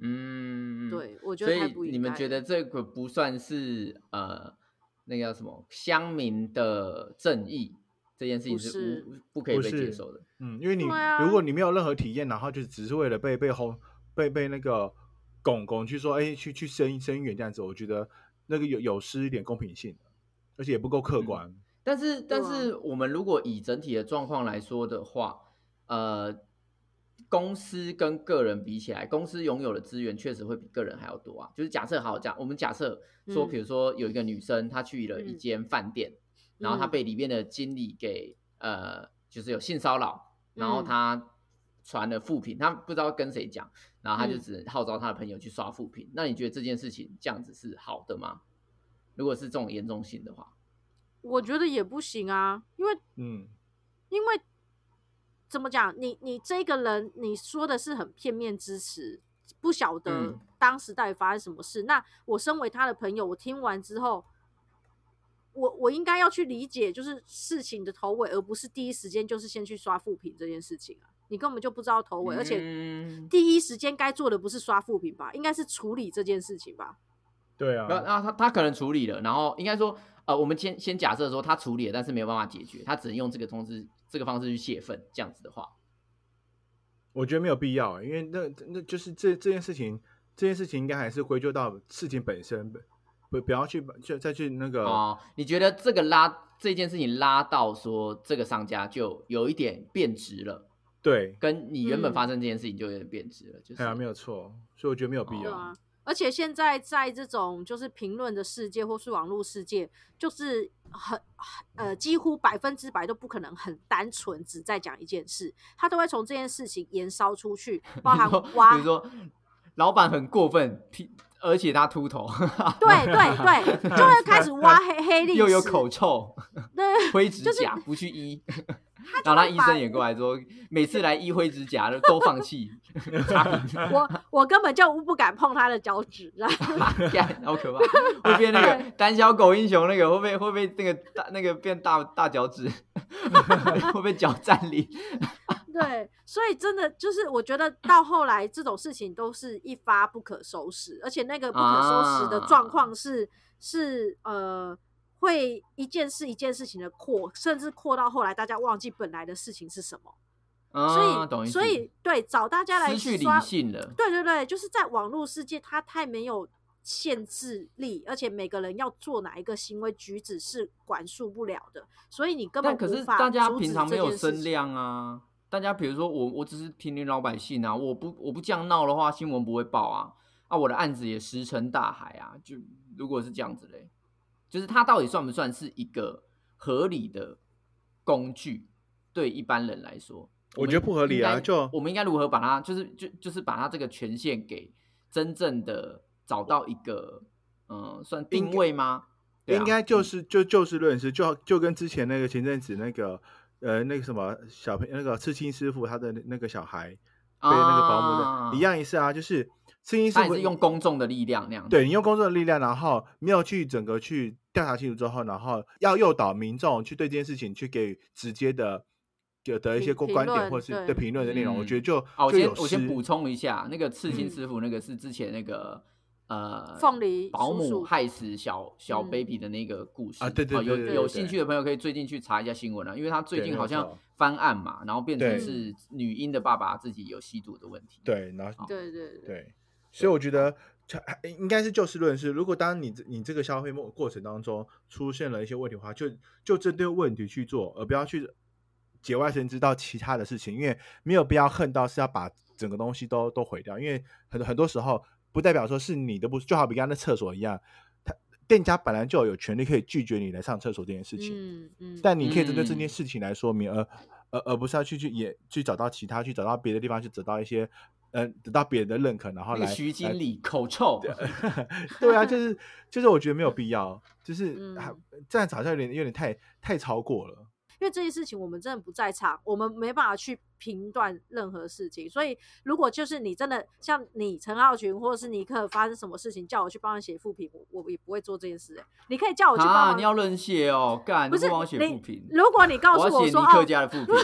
Speaker 3: 嗯，嗯嗯
Speaker 2: 对我觉
Speaker 3: 所
Speaker 2: 得
Speaker 3: 以
Speaker 2: 太不应该了。
Speaker 3: 你们觉得这个不算是呃，那个叫什么乡民的正义这件事情
Speaker 2: 不
Speaker 3: 是无
Speaker 2: 是
Speaker 3: 不可以
Speaker 1: 不
Speaker 3: 被接
Speaker 1: 是
Speaker 3: 受的。
Speaker 1: 嗯，因为你、
Speaker 2: 对啊
Speaker 1: 如果你没有任何体验，然后就只是为了被被轰被被那个拱拱去说，哎，去去伸伸远这样子，我觉得那个有有失一点公平性，而且也不够客
Speaker 3: 嗯
Speaker 1: 观。
Speaker 3: 但是，但
Speaker 2: 对啊
Speaker 3: 是我们如果以整体的状况来说的话，呃，公司跟个人比起来，公司拥有的资源确实会比个人还要多啊。就是假设好讲，我们假设说，
Speaker 2: 嗯
Speaker 3: 比如说有一个女生，她去了一
Speaker 2: 嗯
Speaker 3: 间饭店，然后她
Speaker 2: 嗯
Speaker 3: 被里面的经理给呃，就是有性骚扰，然后
Speaker 2: 嗯
Speaker 3: 她传了负评，她不知道跟谁讲，然后她就
Speaker 2: 嗯
Speaker 3: 只能号召她的朋友去刷负评。那你觉得这件事情这样子是好的吗？如果是这种严重性的话，
Speaker 2: 我觉得也不行啊，因为
Speaker 1: 嗯，
Speaker 2: 因为怎么讲，你你这个人你说的是很片面支持，不晓得
Speaker 3: 嗯
Speaker 2: 当时到底发生什么事。那我身为他的朋友，我听完之后，我我应该要去理解，就是事情的头尾，而不是第一时间就是先去刷负评这件事情啊。你根本就不知道头尾，而且
Speaker 3: 嗯
Speaker 2: 第一时间该做的不是刷负评吧，应该是处理这件事情吧。
Speaker 1: 对
Speaker 3: 那
Speaker 1: 啊，
Speaker 3: 那他他可能处理了，然后应该说，呃，我们先先假设说他处理了，但是没有办法解决，他只能用这个通知这个方式去泄愤，这样子的话，
Speaker 1: 我觉得没有必要，欸因为那那就是这这件事情，这件事情应该还是归咎到事情本身，不不不要去就再去那个。
Speaker 3: 哦，你觉得这个拉这件事情拉到说这个商家就有一点变质了，
Speaker 1: 对，
Speaker 3: 跟你原本
Speaker 2: 嗯
Speaker 3: 发生这件事情就有点变质了，就是
Speaker 1: 哎呀，没有错，所以我觉得没有必
Speaker 3: 哦
Speaker 2: 对
Speaker 1: 要。
Speaker 2: 啊，而且现在在这种就是评论的世界或是网络世界，就是很呃几乎百分之百都不可能很单纯只在讲一件事，他都会从这件事情延烧出 去，包含
Speaker 3: 比如说
Speaker 2: 挖
Speaker 3: 比如说老板很过分，剃而且他秃头，
Speaker 2: 对对对，就会开始挖黑黑历史，
Speaker 3: 又有口臭，
Speaker 2: 对
Speaker 3: 灰指
Speaker 2: 就是
Speaker 3: 甲不去医，然后他医生也过来说，每次来医灰指甲的都放弃，擦屁
Speaker 2: 我我根本就不敢碰他的脚趾，然后
Speaker 3: 股干 好可怕，会变那个胆小狗英雄那个，会被会被那个大那个变大大脚 趾， 会被脚占领。
Speaker 2: 对，所以真的就是，我觉得到后来这种事情都是一发不可收拾，而且那个不可收拾的状
Speaker 3: 啊
Speaker 2: 况是、是呃，会一件事一件事情的扩，甚至扩到后来大家忘记本来的事情是什么。
Speaker 3: 啊，
Speaker 2: 所
Speaker 3: 懂
Speaker 2: 以
Speaker 3: 意思
Speaker 2: 所以对找大家来
Speaker 3: 失去理
Speaker 2: 刷
Speaker 3: 性了。
Speaker 2: 对对对，就是在网络世界，它太没有限制力，而且每个人要做哪一个行为举止是管束不了的，所以你根
Speaker 3: 但
Speaker 2: 本
Speaker 3: 可
Speaker 2: 无
Speaker 3: 是
Speaker 2: 法
Speaker 3: 大家
Speaker 2: 阻止
Speaker 3: 平常
Speaker 2: 这
Speaker 3: 没有
Speaker 2: 件事
Speaker 3: 声
Speaker 2: 情
Speaker 3: 量啊，大家比如说我，我只是平民老百姓啊，我不我不这样闹的话，新闻不会报啊，啊，我的案子也石沉大海啊，就如果是这样子嘞，就是它到底算不算是一个合理的工具？对一般人来说，
Speaker 1: 我觉得
Speaker 3: 们
Speaker 1: 不合理啊
Speaker 3: 应该
Speaker 1: 就
Speaker 3: 我们应该如何把它，就是就就是把它这个权限给真正的找到一个，嗯，算定位吗？对啊
Speaker 1: 应该就是就就事论事，就就跟之前那个前阵子那个呃那个什么小朋那个刺青师傅他的那那个小孩被那个保姆的、
Speaker 3: 啊
Speaker 1: 一，样一次啊，就是刺青师
Speaker 3: 他也
Speaker 1: 傅
Speaker 3: 是用公众的力量那样子。
Speaker 1: 对你用公众的力量，然后没有去整个去调查清楚之后，然后要诱导民众去对这件事情去给予直接的有的一
Speaker 2: 评
Speaker 1: 些观
Speaker 2: 评
Speaker 1: 观点
Speaker 2: 论
Speaker 1: 或是
Speaker 2: 对
Speaker 1: 对评论的内容，我
Speaker 3: 嗯
Speaker 1: 觉得就、
Speaker 3: 啊，我
Speaker 1: 就
Speaker 3: 先
Speaker 1: 有
Speaker 3: 我先
Speaker 1: 失
Speaker 3: 补充一下，那个刺青
Speaker 2: 嗯
Speaker 3: 师傅那个是之前那个呃
Speaker 2: 凤梨
Speaker 3: 保
Speaker 2: 叔
Speaker 3: 姆
Speaker 2: 叔
Speaker 3: 害死小小
Speaker 2: 嗯
Speaker 3: baby 的那个故事
Speaker 1: 啊对对
Speaker 3: 哦
Speaker 1: 对
Speaker 3: 有
Speaker 1: 对
Speaker 2: 对
Speaker 3: 有
Speaker 2: 对
Speaker 3: 兴趣的朋友可以最近去查一下新闻啊，因为他最
Speaker 1: 对
Speaker 3: 近
Speaker 1: 没有
Speaker 3: 好像
Speaker 1: 错
Speaker 3: 翻案嘛，然后变成
Speaker 1: 对
Speaker 3: 是女婴的爸爸自己有吸毒的问题。，
Speaker 1: 对，然后
Speaker 2: 对对对，
Speaker 1: 对，所以我觉得就还应该是就事论事。如果当你这你这个消费过过程当中出现了一些问题的话，就就针对问题去做，而不要去节外生枝到其他的事情，因为没有必要恨到是要把整个东西都都毁掉。因为很很多时候不代表说是你的不，就好比刚刚那厕所一样，他店家本来就有权利可以拒绝你来上厕所这件事情。
Speaker 2: 嗯嗯，
Speaker 1: 但你可以针对这
Speaker 3: 嗯
Speaker 1: 件事情来说明，而而而不是要去去也去找到其他，去找到别的地方，去找到一些，嗯、得到别人的认可，然后
Speaker 3: 那个
Speaker 1: 来
Speaker 3: 徐经
Speaker 1: 来
Speaker 3: 理口臭，
Speaker 1: 对啊，就是就是，我觉得没有必要，就是、
Speaker 2: 嗯
Speaker 1: 还这样子好像有点有点太太超过了。
Speaker 2: 因为这些事情我们真的不在场，我们没办法去评断任何事情。所以，如果就是你真的像你陈浩群或者是尼克发生什么事情，叫我去帮他写复评，我我也不会做这件事、欸。你可以叫我去帮
Speaker 3: 啊，
Speaker 2: 忙，
Speaker 3: 你要认血哦，干，
Speaker 2: 不
Speaker 3: 你
Speaker 2: 是
Speaker 3: 帮我写
Speaker 2: 你
Speaker 3: 复评，
Speaker 2: 如果你告诉
Speaker 3: 我要
Speaker 2: 我
Speaker 3: 写
Speaker 2: 说
Speaker 3: 尼克
Speaker 2: 哦，
Speaker 3: 家 的复评，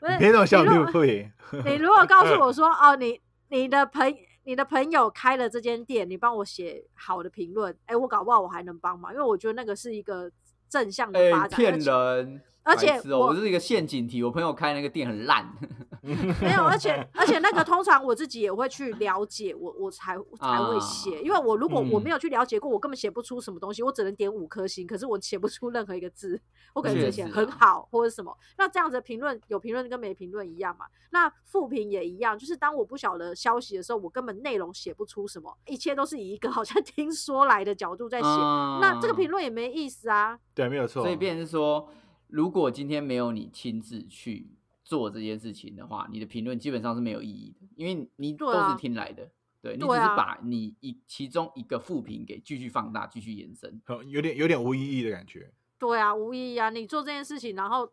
Speaker 2: 不是
Speaker 1: 别这种小
Speaker 2: 你如
Speaker 1: 女
Speaker 2: 果
Speaker 1: 不行，
Speaker 2: 你如果告诉我 说，哦，你你的朋你的朋友开了这间店，你帮我写好的评论，哎，我搞不好我还能帮忙，因为我觉得那个是一个正向的发
Speaker 3: 哎，
Speaker 2: 展。
Speaker 3: 骗
Speaker 2: 而且
Speaker 3: 人。
Speaker 2: 而且
Speaker 3: 白痴哦，
Speaker 2: 我
Speaker 3: 我这是一个陷阱题。我朋友开那个店很烂，
Speaker 2: 没有，而且而且那个通常我自己也会去了解，我我才才
Speaker 3: 啊
Speaker 2: 会写，因为我如果我
Speaker 3: 嗯
Speaker 2: 没有去了解过，我根本写不出什么东西，我只能点五颗星，可是我写不出任何一个字，我可能只写
Speaker 3: 确实啊
Speaker 2: 很好或者什么。那这样子的评论有评论跟没评论一样嘛？那复评也一样，就是当我不晓得消息的时候，我根本内容写不出什么，一切都是以一个 好像听说来的角度在写，
Speaker 3: 啊
Speaker 2: 那
Speaker 3: 那
Speaker 2: 这个评论也没意思啊。
Speaker 1: 对，没有错。
Speaker 3: 嗯所以变成是说，如果今天没有你亲自去做这件事情的话，你的评论基本上是没有意义的，因为你
Speaker 2: 对
Speaker 3: 都
Speaker 2: 啊
Speaker 3: 是听来的，对,、你只
Speaker 2: 对
Speaker 3: 是
Speaker 2: 啊
Speaker 3: 把你一其中一个负评给继续放大、继续延伸。
Speaker 1: 很有点有点无意义的感觉。
Speaker 2: 对啊，无意义啊！你做这件事情，然后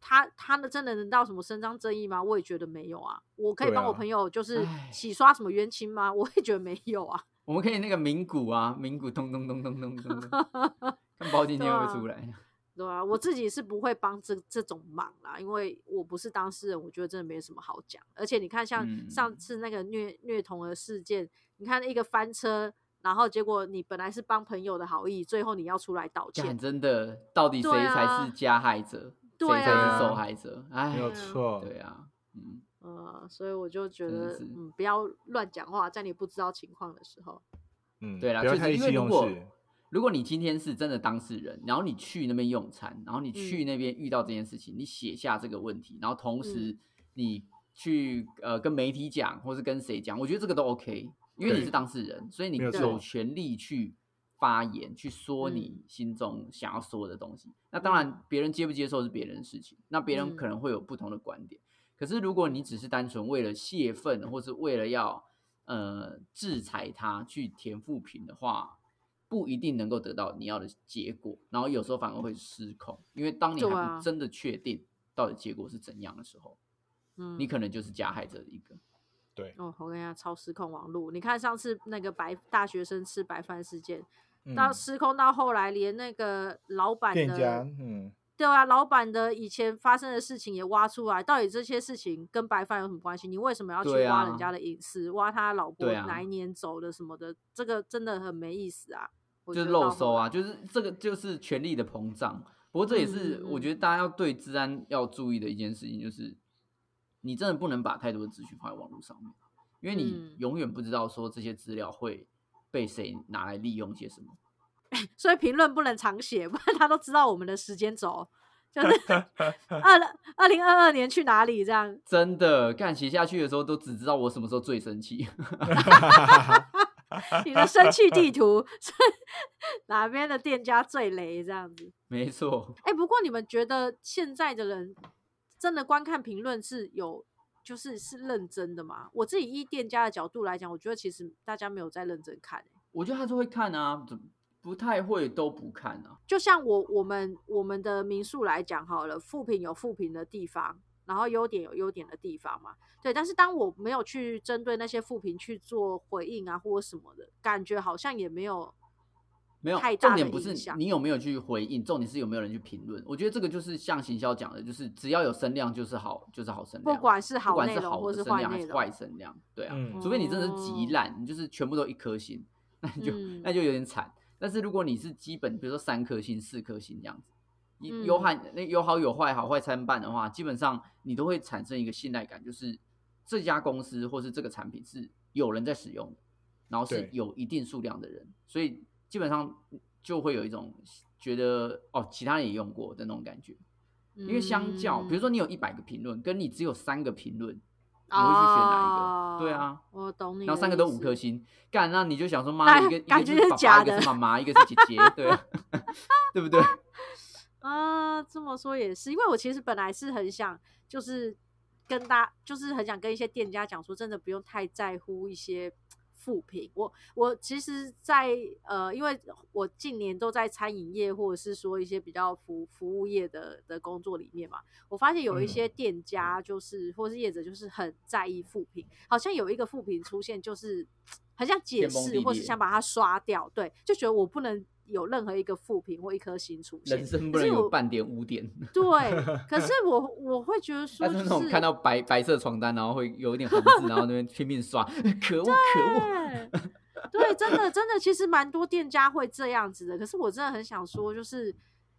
Speaker 2: 他他的真的能到什么伸张正义吗？我也觉得没有啊。我可以
Speaker 1: 对
Speaker 2: 帮我
Speaker 1: 啊
Speaker 2: 朋友就是
Speaker 3: 唉
Speaker 2: 洗刷什么冤亲吗？ 我也觉得没有啊。
Speaker 3: 我们可以那个名股啊，名股咚咚咚咚咚咚 咚，看包今天会不会出来？
Speaker 2: 对啊，我自己是不会帮这这种忙啦，因为我不是当事人，我觉得真的没什么好讲。而且你看，像上
Speaker 3: 嗯
Speaker 2: 次那个虐虐童儿事件，你看一个翻车，然后结果你本来是帮朋友的好意，最后你要出来道
Speaker 3: 干、
Speaker 2: 歉，
Speaker 3: 真的，到底谁
Speaker 2: 对
Speaker 3: 才
Speaker 2: 啊
Speaker 3: 是加害者？谁
Speaker 2: 对
Speaker 3: 才
Speaker 2: 啊
Speaker 3: 是受害者？哎
Speaker 1: 没，有
Speaker 2: 对啊
Speaker 1: 错，
Speaker 3: 对啊，嗯。
Speaker 2: 呃，所以我就觉
Speaker 3: 真
Speaker 2: 得，
Speaker 3: 是
Speaker 2: 嗯，不要乱讲话，在你不知道情况的时候，
Speaker 1: 嗯，
Speaker 3: 对啦，
Speaker 1: 不要
Speaker 3: 确实
Speaker 1: 太意
Speaker 3: 因
Speaker 1: 气
Speaker 3: 为如
Speaker 1: 用
Speaker 3: 果
Speaker 1: 事。
Speaker 3: 如果你今天是真的当事人，然后你去那边用餐，然后你去
Speaker 2: 嗯
Speaker 3: 那边遇到这件事情，你写下这个问题，然后同时
Speaker 2: 嗯
Speaker 3: 你去呃跟媒体讲，或是跟谁讲，我觉得这个都 OK，因为你
Speaker 1: 对
Speaker 3: 是当事人，所以你
Speaker 1: 没有
Speaker 3: 有
Speaker 1: 错
Speaker 3: 权利去发言，去说
Speaker 2: 嗯
Speaker 3: 你心中想要说的东西。那
Speaker 1: 嗯
Speaker 3: 当然，别人接不接受是别人的事情，那别人
Speaker 2: 嗯
Speaker 3: 可能会有不同的观点。可是如果你只是单纯为了泄愤，或是为了要呃制裁他去填复评的话，不一定能够得到你要的结果，然后有时候反而会失控，因为当你还
Speaker 2: 对啊
Speaker 3: 不真的确定到底结果是怎样的时候，
Speaker 2: 嗯，
Speaker 3: 你可能就是加害者的一个。
Speaker 1: 对，
Speaker 2: 哦，我跟你讲，超失控网络。你看上次那个白大学生吃白饭事件，
Speaker 1: 嗯
Speaker 2: 到失控到后来，连那个老板
Speaker 1: 店家
Speaker 2: 的，
Speaker 1: 嗯，
Speaker 2: 对啊，老板的以前发生的事情也挖出来。到底这些事情跟白饭有什么关系？你为什么要去
Speaker 3: 对
Speaker 2: 挖
Speaker 3: 啊
Speaker 2: 人家的隐私，挖他老婆
Speaker 3: 对啊
Speaker 2: 哪一年走的什么的？这个真的很没意思啊！我
Speaker 3: 就
Speaker 2: 觉
Speaker 3: 是
Speaker 2: 得到
Speaker 3: 漏
Speaker 2: 后
Speaker 3: 收啊，
Speaker 2: 来，
Speaker 3: 就是这个就是权力的膨胀。不过这也是
Speaker 2: 嗯嗯
Speaker 3: 我觉得大家要对治安要注意的一件事情，就是你真的不能把太多的资讯放在网络上面，啊因为你
Speaker 2: 嗯
Speaker 3: 永远不知道说这些资料会被谁拿来利用些什么。
Speaker 2: 所以评论不能常写，不然他都知道我们的时间轴， 就是 二二零二二年去哪里这样。
Speaker 3: 真的，干写下去的时候都只知道我什么时候最生气，
Speaker 2: 你的生气地图是哪边的店家最雷这样子。
Speaker 3: 没错，
Speaker 2: 哎、不过你们觉得现在的人真的观看评论是有，就是是认真的吗？我自己以店家的角度来讲，我觉得其实大家没有在认真看、欸
Speaker 3: 我觉得他是会看啊，怎不太会都不看啊。
Speaker 2: 就像我我们我们的民宿来讲好了，负评有负评的地方，然后优点有优点的地方嘛，对。但是当我没有去针对那些负评去做回应啊，或者什么的，感觉好像也没有
Speaker 3: 没有
Speaker 2: 太，大
Speaker 3: 重
Speaker 2: 的
Speaker 3: 点不
Speaker 2: 影
Speaker 3: 是
Speaker 2: 响
Speaker 3: 你有没有去回应，重点是有没有人去评论。我觉得这个就是像行销讲的，就是只要有声量就是好，就是好声量，
Speaker 2: 不管是
Speaker 3: 不
Speaker 2: 好
Speaker 3: 管
Speaker 2: 内
Speaker 3: 是
Speaker 2: 容
Speaker 3: 好
Speaker 2: 或
Speaker 3: 的
Speaker 2: 是
Speaker 3: 声
Speaker 2: 坏
Speaker 3: 量还
Speaker 2: 内
Speaker 3: 是
Speaker 2: 容
Speaker 3: 坏，声量，对啊，
Speaker 1: 嗯
Speaker 3: 除非你真的是极
Speaker 2: 哦
Speaker 3: 烂，你就是全部都一颗星，那你就、哎
Speaker 2: 嗯
Speaker 3: 那就有点惨。但是如果你是基本，比如说三颗星、四颗星这样子，
Speaker 2: 嗯
Speaker 3: 一有好那有好有坏，好坏参半的话，基本上你都会产生一个信赖感，就是这家公司或是这个产品是有人在使用的，然后是
Speaker 1: 对
Speaker 3: 有一定数量的人，所以基本上就会有一种觉得哦，其他人也用过的那种感觉。
Speaker 2: 因
Speaker 3: 因为相较，比如说你有一
Speaker 2: 嗯
Speaker 3: 百个评论，跟你只有三个评论，
Speaker 2: 你
Speaker 3: 你会去选哪一个？对
Speaker 2: 嗯
Speaker 3: 啊，
Speaker 2: 哦我懂你，
Speaker 3: 然后三个都五颗，星，干，那你就想说，妈，
Speaker 2: 那
Speaker 3: 一个一
Speaker 2: 感
Speaker 3: 个
Speaker 2: 觉
Speaker 3: 是
Speaker 2: 是
Speaker 3: 爸
Speaker 2: 假
Speaker 3: 爸，一个
Speaker 2: 的
Speaker 3: 是妈妈，一个是姐姐，对啊， 对不对？
Speaker 2: 啊，这么说也是，因为我其实本来是很想，就是跟大，就是很想跟一些店家讲说，真的不用太在乎一些负评。我我其实在，呃，因为我近年都在餐饮业或者是说一些比较服服务业的的工作里面嘛，我发现有一
Speaker 1: 嗯
Speaker 2: 些店家就是、或是业者就是很在意负评，好像有一个负评出现，就是很想解
Speaker 3: 天崩
Speaker 2: 释，
Speaker 3: 地
Speaker 2: 或是
Speaker 3: 裂
Speaker 2: 想把它刷掉，对，就觉得我不能。有任何一个负评或一颗星出现
Speaker 3: 人，生不
Speaker 2: 可是
Speaker 3: 能有
Speaker 2: 我
Speaker 3: 半点污点。
Speaker 2: 对，可 是我我会觉得说，
Speaker 3: 但
Speaker 2: 就是是
Speaker 3: 那种看到白白色床单，然后会有一点红字，然后那边拼命刷， 可恶可恶。
Speaker 2: 对对，真 的真的，其实蛮多店家会这样子的。可是我真的很想说，就是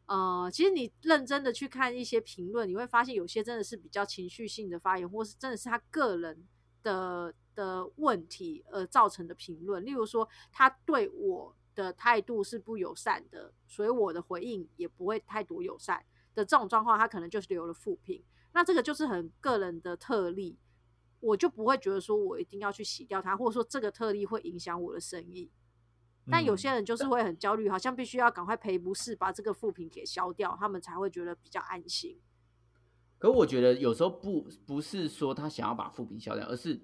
Speaker 2: 呃，其实你认真的去看一些评论，你会发现有些真的是比较情绪性的发言，或是真的是他个人的的问题而造成的评论。例如说，他对我的态度是不友善的，所以我的回应也不会太多友善的这种状况，他可能就是留了负评。那这个就是很个人的特例，我就不会觉得说我一定要去洗掉它，或者说这个特例会影响我的生意。但有
Speaker 1: 嗯
Speaker 2: 些人就是会很焦虑，好像必须要赶快赔不是，把这个负评给消掉，他们才会觉得比较安心。
Speaker 3: 可我觉得有时候不不是说他想要把负评消掉，而是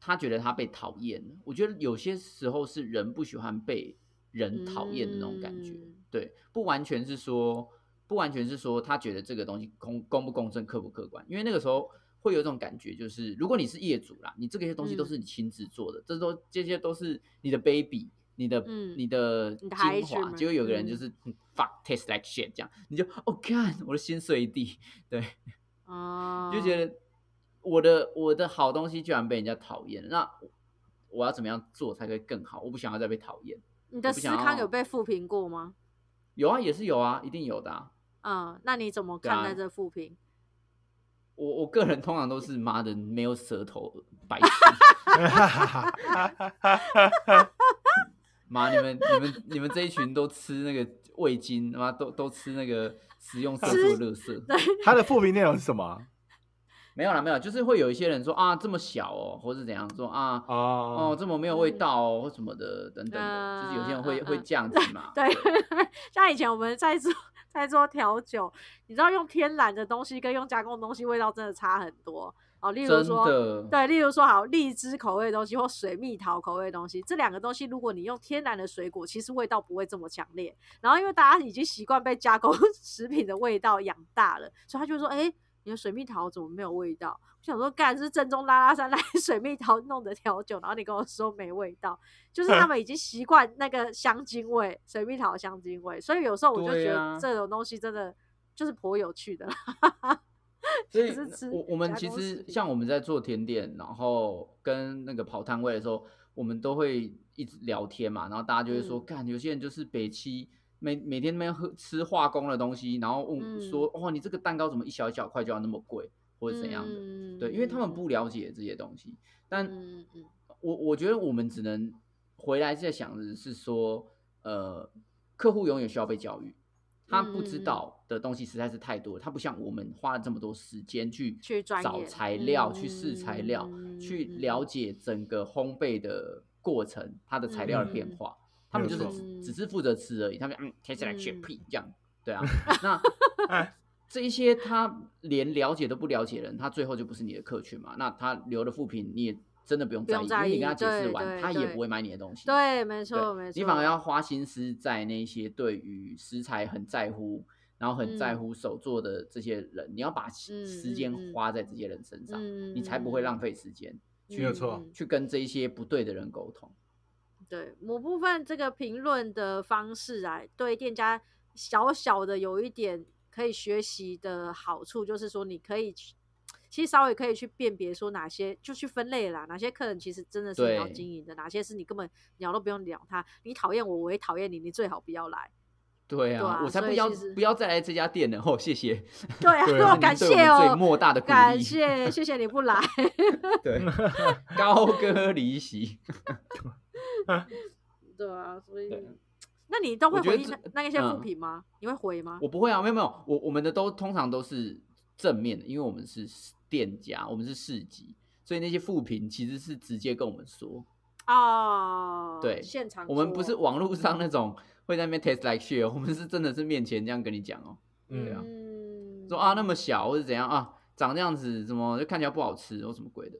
Speaker 3: 他觉得他被讨厌了。我觉得有些时候是人不喜欢被人讨厌的那种感觉，
Speaker 2: 嗯
Speaker 3: 对，不完全是说不完全是说他觉得这个东西公公不公正、客不客观，因为那个时候。会有一种感觉，就是如果你是业主啦，你这个些东西都
Speaker 2: 嗯
Speaker 3: 是你亲自做的，这都这些都是你的 baby，你的、
Speaker 2: 嗯
Speaker 3: 你的
Speaker 2: 你
Speaker 3: 精
Speaker 2: 的孩子
Speaker 3: 华，
Speaker 2: 们
Speaker 3: 结果有个人就
Speaker 2: 嗯
Speaker 3: 是、嗯 fuck taste like shit 这样，你就哦看我的心碎一地，对，
Speaker 2: 啊、
Speaker 3: 就觉得我的我的好东西居然被人家讨厌，那我要怎么样做才会更好？我不想要再被讨厌。
Speaker 2: 你的
Speaker 3: 我不
Speaker 2: 思
Speaker 3: 想
Speaker 2: 康
Speaker 3: 要
Speaker 2: 有被负评过吗？
Speaker 3: 有啊，也是有啊，一定有的、啊。
Speaker 2: 嗯，那你怎么
Speaker 3: 对啊
Speaker 2: 看待这负评？
Speaker 3: 我我个人通常都是妈的没有舌头，白痴！妈，你们你们你们这一群都吃那个味精，他妈都都吃那个食用色素的垃圾。
Speaker 1: 他的复评内容是什 么？
Speaker 3: 没有啦，没有，就是会有一些人说啊这么小哦，或是怎样说啊哦
Speaker 1: 哦，
Speaker 3: 这么没有味
Speaker 2: 嗯
Speaker 3: 道哦，或什么的等等的，就是有些人会
Speaker 2: 嗯嗯
Speaker 3: 会
Speaker 2: 嗯
Speaker 3: 这样子嘛。
Speaker 2: 对， 像以前我们在做在做调酒，你知道用天然的东西跟用加工的东西味道真的差很多哦。例如
Speaker 3: 真
Speaker 2: 说，
Speaker 3: 的，
Speaker 2: 对，例如说好荔枝口味的东西或水蜜桃口味的东西，这两个东西如果你用天然的水果，其实味道不会这么强烈。然后因为大家已经习惯被加工 食品的味道养大了，所以他就说：“哎、你的水蜜桃怎么没有味道？”我想说，干是正宗拉拉山来 水蜜桃弄的调酒，然后你跟我说没味道，就是他们已经习惯那个香精味，水蜜桃的香精味。所以有时候我就
Speaker 3: 对
Speaker 2: 觉
Speaker 3: 啊
Speaker 2: 得这种东西真的就是颇有趣的啦。
Speaker 3: 所以
Speaker 2: 只是
Speaker 3: 那
Speaker 2: 吃
Speaker 3: 我我们
Speaker 2: 加
Speaker 3: 其
Speaker 2: 工食
Speaker 3: 实
Speaker 2: 品
Speaker 3: 像我们在做甜点，然后跟那个跑摊位的时候，我们都会一直聊天嘛，然后大家就会说，
Speaker 2: 嗯
Speaker 3: 看、有些人就是北七。每每天那边喝吃化工的东西，然后问说，
Speaker 2: 嗯
Speaker 3: 哇、你这个蛋糕怎么一小一小块就要那么贵，或者怎样的？
Speaker 2: 嗯
Speaker 3: 对，因为他们
Speaker 2: 嗯
Speaker 3: 不了解这些东西。但
Speaker 2: 嗯嗯
Speaker 3: 我我觉得我们只能回来再想的是说，呃，客户永远需要被教育，他不
Speaker 2: 嗯
Speaker 3: 知
Speaker 2: 嗯嗯
Speaker 3: 道的东西实在是太多了，他不像我们花了这么多时间去
Speaker 2: 去钻
Speaker 3: 找
Speaker 2: 研
Speaker 3: 材料、去试材料、去
Speaker 2: 嗯
Speaker 3: 了解整个烘焙的过程它的材料的变
Speaker 2: 嗯
Speaker 3: 化，他们
Speaker 1: 没
Speaker 3: 就
Speaker 1: 有
Speaker 3: 是
Speaker 1: 错
Speaker 3: 只只是负责吃而已，他们嗯贴起来血
Speaker 2: 嗯
Speaker 3: 屁这样，对啊，那这一些他连了解都不了解的人，他最后就不是你的客群嘛，那他留的负评你也真的不用
Speaker 2: 不
Speaker 3: 在
Speaker 2: 用
Speaker 3: 意，
Speaker 2: 在
Speaker 3: 因为你
Speaker 2: 意
Speaker 3: 跟他解释
Speaker 2: 对
Speaker 3: 完，
Speaker 2: 对
Speaker 3: 他也
Speaker 2: 对
Speaker 3: 不会买你的东西，
Speaker 2: 对，没
Speaker 3: 对
Speaker 2: 错没错，
Speaker 3: 你反而要花心思在那些对于食材很在乎，然后很在
Speaker 2: 嗯
Speaker 3: 乎手做的这些人，你要把时
Speaker 2: 嗯
Speaker 3: 时
Speaker 2: 嗯
Speaker 3: 间
Speaker 2: 嗯
Speaker 3: 花在这些人身上，
Speaker 2: 嗯，
Speaker 3: 你才不会浪费时间
Speaker 1: 没有错
Speaker 2: 嗯
Speaker 3: 去跟这一些不对的人沟通。
Speaker 2: 对某部分这个评论的方式啊，对店家小小的有一点可以学习的好处，就是说你可以去，其实稍微可以去辨别说哪些就去分类啦，哪些客人其实真的是你要
Speaker 3: 对
Speaker 2: 经营的，哪些是你根本鸟都不用鸟他，你讨厌我，我也讨厌你，你最好不要 来。
Speaker 3: 对啊，
Speaker 2: 对啊
Speaker 3: 我才
Speaker 2: 所
Speaker 3: 不
Speaker 2: 以
Speaker 3: 要
Speaker 2: 其实
Speaker 3: 不要再来这家店了。哦，谢谢，
Speaker 2: 对啊，
Speaker 1: 对啊
Speaker 2: 感
Speaker 3: 这是
Speaker 2: 谢
Speaker 3: 你对我们最
Speaker 2: 哦，
Speaker 3: 莫大的鼓
Speaker 2: 感
Speaker 3: 励。
Speaker 2: 谢，谢谢你不来。
Speaker 3: 对，高歌离席。
Speaker 2: 对啊，所以
Speaker 3: 对
Speaker 2: 那你都会
Speaker 3: 我觉
Speaker 2: 回
Speaker 3: 得
Speaker 2: 应
Speaker 3: 这
Speaker 2: 那那一些负
Speaker 3: 嗯
Speaker 2: 评吗？你会回吗？
Speaker 3: 我不会啊，没有没有，我我们的都通常都是正面的，因为我们是店家，我们是市集，所以那些负评其实是直接跟我们说。
Speaker 2: 哦，
Speaker 3: 对
Speaker 2: 现场
Speaker 3: 我们不
Speaker 2: 做
Speaker 3: 是网络上那种会在那边 taste like shit，我们哦是真的是面前这样跟你讲哦，
Speaker 1: 嗯
Speaker 3: 啊
Speaker 2: 嗯
Speaker 3: 说啊那么小或者怎样啊，长这样子怎么就看起来不好吃或什么鬼的，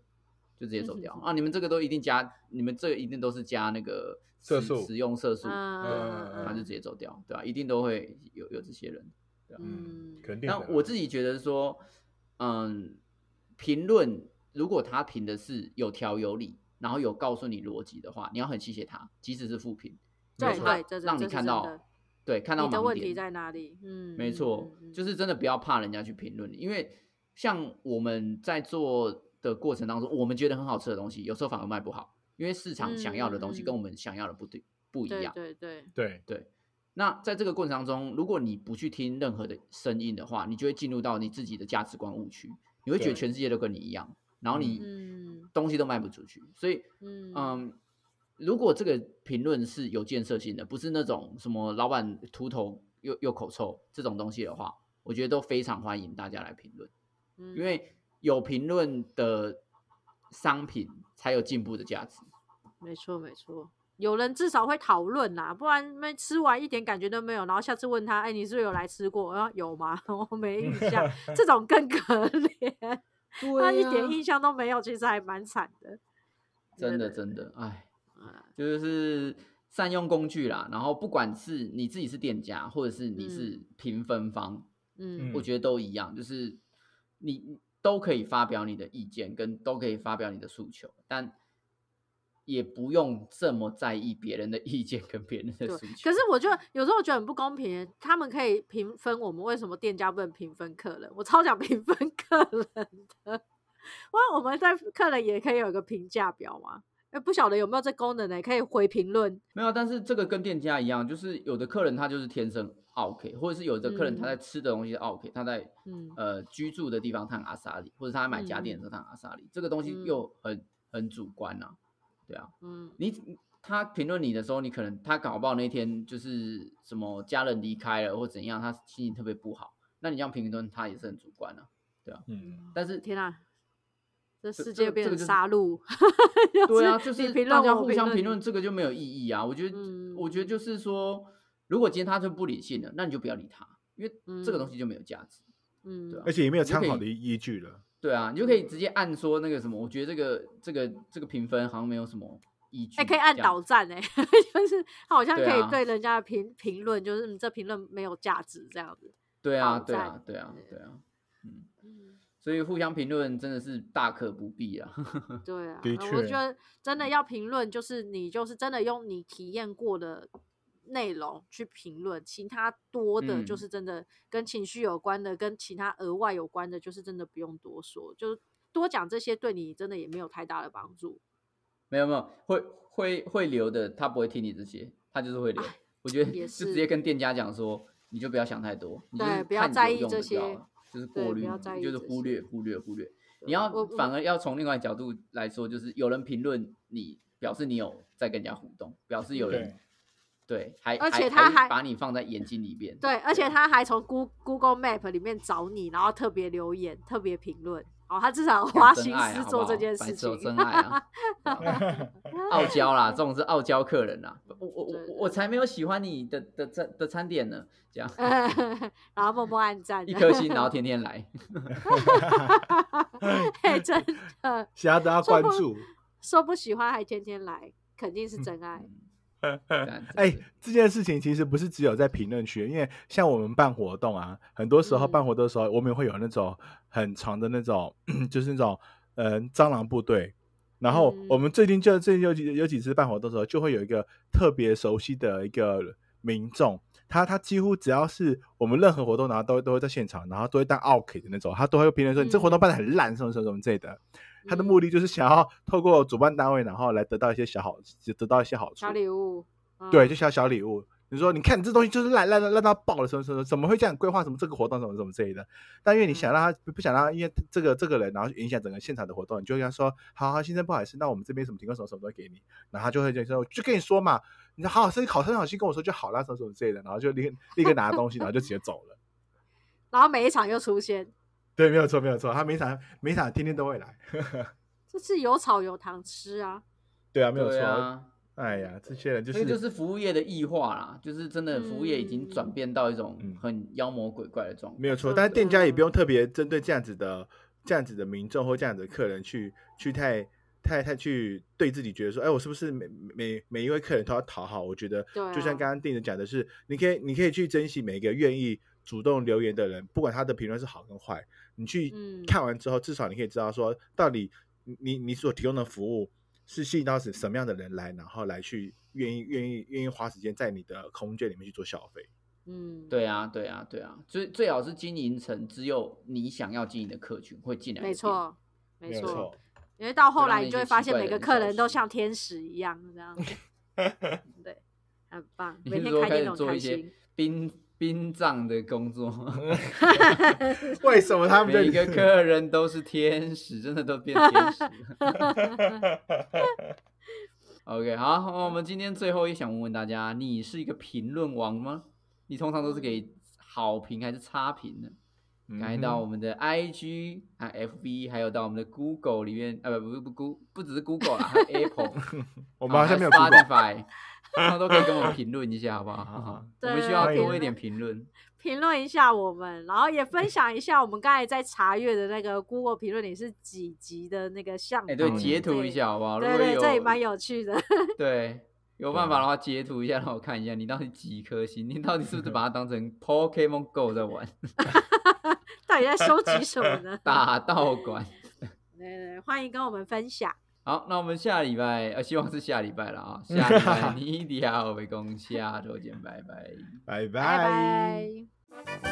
Speaker 3: 就直接走掉啊！你们这个都一定加，你们这个一定都是加那个
Speaker 1: 色
Speaker 3: 食
Speaker 1: 素
Speaker 3: 食用色素，然
Speaker 2: 嗯
Speaker 1: 嗯
Speaker 3: 后就直接走掉，对吧、一定都会有有这些人。
Speaker 2: 嗯
Speaker 1: 肯定
Speaker 3: 那
Speaker 1: 的。
Speaker 3: 我自己觉得说，嗯，评论如果他评的是有条有理，然后有告诉你逻辑的话，你要很谢谢他，即使是负评，
Speaker 2: 对
Speaker 1: 没
Speaker 3: 因
Speaker 1: 错
Speaker 3: 为他
Speaker 2: 对，这是
Speaker 3: 让你
Speaker 2: 这是
Speaker 3: 看
Speaker 2: 真
Speaker 3: 到
Speaker 2: 的
Speaker 3: 对看到
Speaker 2: 你的
Speaker 3: 盲
Speaker 2: 问
Speaker 3: 点
Speaker 2: 题在哪里？嗯，
Speaker 3: 没错，就是真的不要怕人家去评论你，因为像我们在做的过程当中，我们觉得很好吃的东西，有时候反而卖不好，因为市场想要的东西
Speaker 2: 嗯嗯
Speaker 3: 跟我们想要的不对不
Speaker 2: 不
Speaker 3: 一样。
Speaker 2: 对对对，
Speaker 1: 对，
Speaker 3: 那在这个过程当中，如果你不去听任何的声音的话，你就会进入到你自己的价值观误区，你会觉得
Speaker 1: 对
Speaker 3: 全世界都跟你一样，然后你
Speaker 2: 嗯
Speaker 3: 东西都卖不出去。所以，
Speaker 2: 嗯
Speaker 3: 嗯，如果这个评论是有建设性的，不是那种什么老板秃头又又口臭这种东西的话，我觉得都非常欢迎大家来评论，
Speaker 2: 嗯，
Speaker 3: 因为有评论的商品才有进步的价值。
Speaker 2: 没错没错。有人至少会讨论啦，不然没吃完一点感觉都没有，然后下次问他，哎，你是不是有来吃过？啊，有吗？ 我没印 象，这种更可怜，
Speaker 3: 对
Speaker 2: 他一点印象都没有，其实还蛮惨的。
Speaker 3: 真的
Speaker 2: 对
Speaker 3: 真的，哎。
Speaker 2: 啊
Speaker 3: 就是善用工具啦，然后不管是你自己是店家，或者是你是评分方，
Speaker 2: 嗯
Speaker 3: 我
Speaker 1: 嗯
Speaker 3: 觉得都一样，就是你都可以发表你的意见，跟都可以发表你的诉求，但也不用这么在意别人的意见跟别人的
Speaker 2: 对
Speaker 3: 诉
Speaker 2: 可
Speaker 3: 求。
Speaker 2: 是我觉得有时候我觉得很不公平，他们可以评分我们，为什么店家不能评分客人？我超想评分客人的，哇，我们在客人也可以有一个评价表嘛？哎，不晓得有没有这功能呢、可以回评论。
Speaker 3: 没有，但是这个跟店家一样，就是有的客人他就是天生 OK，或者是有的客人他在吃的东西是 OK，、他在
Speaker 2: 嗯
Speaker 3: 呃居住的地方烫阿萨里，或者他买家电的时候烫阿萨里，这个东西
Speaker 2: 嗯
Speaker 3: 又很很主观呐、啊，对啊，
Speaker 2: 嗯
Speaker 3: 你他评论你的时候，你可能他搞不好那天就是什么家人离开了或怎样，他心情特别不好，那你这样评论他也是很主观 啊。
Speaker 1: 嗯，
Speaker 3: 但是
Speaker 2: 天啊，这世
Speaker 3: 这
Speaker 2: 界
Speaker 3: 个
Speaker 2: 变
Speaker 3: 这个
Speaker 2: 成
Speaker 3: 就是
Speaker 2: 杀戮。
Speaker 3: 对啊，
Speaker 2: 就
Speaker 3: 就是
Speaker 2: 你
Speaker 3: 是
Speaker 2: 评论
Speaker 3: 大家
Speaker 2: 我
Speaker 3: 互相评论，
Speaker 2: 你
Speaker 3: 这个就没有意义啊。我觉得，我觉得
Speaker 2: 嗯
Speaker 3: 就是说，如果今天他就不理性了，那你就不要理他，因为这个东
Speaker 2: 嗯
Speaker 3: 西就没有价值。
Speaker 2: 嗯，
Speaker 3: 对啊
Speaker 1: 而且也没有
Speaker 3: 你就可
Speaker 1: 参
Speaker 3: 以
Speaker 1: 考的依依据了。
Speaker 3: 对啊，你就可以直接按说那个什么，我觉得这个这个这个评分好像没有什么依据。
Speaker 2: 哎、可以按
Speaker 3: 嗯这样
Speaker 2: 倒赞哎、 就是他好像可
Speaker 3: 对
Speaker 2: 以
Speaker 3: 啊
Speaker 2: 对人家的评评论，就是嗯这评论没有价值这样子。
Speaker 3: 对啊，
Speaker 2: 倒
Speaker 3: 对啊
Speaker 2: 赞，
Speaker 3: 对啊，对啊。
Speaker 2: 嗯。
Speaker 3: 所以互相评论真的是大可不必啊。
Speaker 2: 对啊，
Speaker 1: 的
Speaker 2: 呃我
Speaker 1: 确
Speaker 2: 觉得真的要评论，就是你就是真的用你体验过的内容去评论，其他多的就
Speaker 3: 嗯
Speaker 2: 是真的跟情绪有关的，跟其他额外有关的，就是真的不用多说，就是多讲这些对你真的也没有太大的帮助。
Speaker 3: 没有没有，会会会留的，他不会听你这些，他就是会留。我觉得
Speaker 2: 啊也
Speaker 3: 就是直接跟店家讲说，你就不要想太多，你就
Speaker 2: 对
Speaker 3: 是
Speaker 2: 不要
Speaker 3: 看你
Speaker 2: 在
Speaker 3: 有
Speaker 2: 意
Speaker 3: 用
Speaker 2: 这
Speaker 3: 的就好
Speaker 2: 些
Speaker 3: 了就是
Speaker 2: 对
Speaker 3: 过
Speaker 2: 不
Speaker 3: 滤
Speaker 2: 要
Speaker 3: 嘛，
Speaker 2: 在
Speaker 3: 你
Speaker 2: 意
Speaker 3: 就是
Speaker 2: 这
Speaker 3: 忽
Speaker 2: 些
Speaker 3: 略忽略忽略。你
Speaker 2: 对
Speaker 3: 要
Speaker 2: 我我
Speaker 3: 反而要从另外角度来说，就是有人评论你，表示你有在跟人家互动，表示有人
Speaker 1: 对
Speaker 3: 对，还
Speaker 2: 而且他
Speaker 3: 还
Speaker 2: 还
Speaker 3: 把你放在眼睛里面。
Speaker 2: 对，而且他还从 Goo- Google Map 里面找你，然后特别留言、特别评论，哦，他至少
Speaker 3: 讲
Speaker 2: 花
Speaker 3: 真
Speaker 2: 心
Speaker 3: 爱啊
Speaker 2: 思
Speaker 3: 好
Speaker 2: 做
Speaker 3: 不
Speaker 2: 这
Speaker 3: 好
Speaker 2: 件
Speaker 3: 白
Speaker 2: 事
Speaker 3: 痴哦
Speaker 2: 情。
Speaker 3: 真爱啊！ 傲娇啦，这种是傲娇客人啦。我我我
Speaker 2: 对对
Speaker 3: 我才没有喜欢你的的餐的餐点呢，这样
Speaker 2: 然后默默暗赞，
Speaker 3: 一颗星，然后天天 来。
Speaker 2: 嘿，真的
Speaker 1: 想要得到
Speaker 2: 说
Speaker 1: 关
Speaker 2: 不
Speaker 1: 注。
Speaker 2: 说不喜欢还天天来，肯定
Speaker 1: 嗯
Speaker 2: 是真爱。
Speaker 3: 赞
Speaker 1: 哎、，
Speaker 3: 赞
Speaker 1: 这件事情其实不是只有在评论区，因为像我们办活动啊，很多时候
Speaker 2: 嗯
Speaker 1: 办活动的时候，我们也会有那种很长的那种， 就是那种嗯、呃蟑螂部队。然后
Speaker 2: 嗯
Speaker 1: 我们最近就最近有几有几次办活动的时候，就会有一个特别熟悉的一个民众，他他几乎只要是我们任何活动，然后都都会在现场，然后都会当 OK 的那种，他都会评论说、你这活动办的很烂，什么什么什么之类的。他
Speaker 2: 嗯
Speaker 1: 的目的就是想要透过主办单位，然后来得到一些小好，得到一些好处。
Speaker 2: 小礼物，嗯
Speaker 1: 对，就小小礼物。你说，你看你这东西就是烂烂烂烂到爆了，什么什么，怎么会这样规划什么这个活动什么什么之类的？但因为你想让他不想让他，因为这个这个人，然后影响整个现场的活动，你就跟他说，好好先生不好意思，那我们这边什么提供什么什么都给你，然后他就会就说，就跟你说嘛，你好好生好声好气跟我说就好啦，什么什么之类的，然后就立刻立刻拿东西，然后就直接走了。
Speaker 2: 然后每一场又出现，
Speaker 1: 对，没有错，没有错，他每场每场天天都会来。
Speaker 2: 这次有草有糖吃啊，
Speaker 1: 对啊，没有
Speaker 3: 对
Speaker 1: 错。
Speaker 3: 啊，
Speaker 1: 哎呀，这些人就
Speaker 3: 这个
Speaker 1: 是
Speaker 3: 就是服务业的异化啦，就是真的服务业已经转变到一种
Speaker 1: 嗯
Speaker 3: 很妖魔鬼怪的状态。
Speaker 1: 没有错，
Speaker 2: 真
Speaker 1: 但是店家也不
Speaker 2: 的
Speaker 1: 用特别针对这样子的、这样子的民众或这样子的客人去去太太太去对自己觉得说，哎，我是不是每每每一位客人都要讨好？我觉得，
Speaker 2: 对啊
Speaker 1: 就像刚刚店长讲的是，你可以你可以去珍惜每一个愿意主动留言的人，不管他的评论是好跟坏，你去
Speaker 2: 嗯
Speaker 1: 看完之后，至少你可以知道说，到底你你你所提供的服务是吸引到什什么样的人来，然后来去愿意愿意愿意花时间在你的空间里面去做消费。
Speaker 2: 嗯，，
Speaker 3: 对啊，对啊，对啊，最最好是经营成只有你想要经营的客群会进来。
Speaker 2: 没，错，没
Speaker 1: 有
Speaker 2: 错，， 因为到后
Speaker 3: 让
Speaker 2: 来
Speaker 3: 那
Speaker 2: 你就
Speaker 3: 些
Speaker 2: 会发
Speaker 3: 奇
Speaker 2: 现
Speaker 3: 怪
Speaker 2: 每
Speaker 3: 的
Speaker 2: 个
Speaker 3: 人
Speaker 2: 客
Speaker 3: 消
Speaker 2: 人都
Speaker 3: 失
Speaker 2: 像天使一样这样， 嗯对，很棒，
Speaker 3: 你
Speaker 2: 每
Speaker 3: 是
Speaker 2: 天
Speaker 3: 说
Speaker 2: 开
Speaker 3: 开
Speaker 2: 店
Speaker 3: 始
Speaker 2: 都很
Speaker 3: 做
Speaker 2: 开
Speaker 3: 一些
Speaker 2: 心。
Speaker 3: 殡殡葬的工作吗？
Speaker 1: 为什么他们
Speaker 3: 每一
Speaker 1: 的
Speaker 3: 个客人都是天使，真的都变 天使了。OK，好，我们今天最后也想问问大家，你是一个评论王吗？你通常都是给好评还是差评呢？
Speaker 1: 嗯
Speaker 3: 赶紧
Speaker 1: 哼
Speaker 3: 到我们的 IG 啊、FB，还有到我们的 Google 里面，啊不不不不，不只是 Google 啦，还有 Apple，啊
Speaker 1: 我们好像没有
Speaker 3: s p
Speaker 1: 听
Speaker 3: o
Speaker 1: 过
Speaker 3: t。i 然后都可以跟我们评论一下，好不 好？
Speaker 1: 好好
Speaker 3: 我们需要
Speaker 1: 对
Speaker 3: 多一点评论。
Speaker 2: 评论一下我们，然后也分享一下我们刚才在查阅的那个 Google 评论里是几集的那个项目。
Speaker 3: 哎、对，
Speaker 1: 嗯
Speaker 3: 截图一下好不好？
Speaker 2: 对。对
Speaker 3: 如果
Speaker 2: 对，
Speaker 3: 有
Speaker 2: 这也蛮有趣的。
Speaker 3: 对，有
Speaker 1: 对
Speaker 3: 办
Speaker 1: 啊
Speaker 3: 法的话截图一下，让我看一下你到底几颗星，你到底是 不是把它当成 Pokemon Go 在玩
Speaker 2: 到底在收集什么呢？
Speaker 3: 打道馆？
Speaker 2: 对对对，嗯欢迎跟我们分享。
Speaker 3: 好，那我们下礼拜，呃，希望是下礼拜了啊，下 礼拜你一定要围攻，下周见，拜拜。
Speaker 1: 拜
Speaker 2: 拜
Speaker 1: 拜。
Speaker 2: 拜。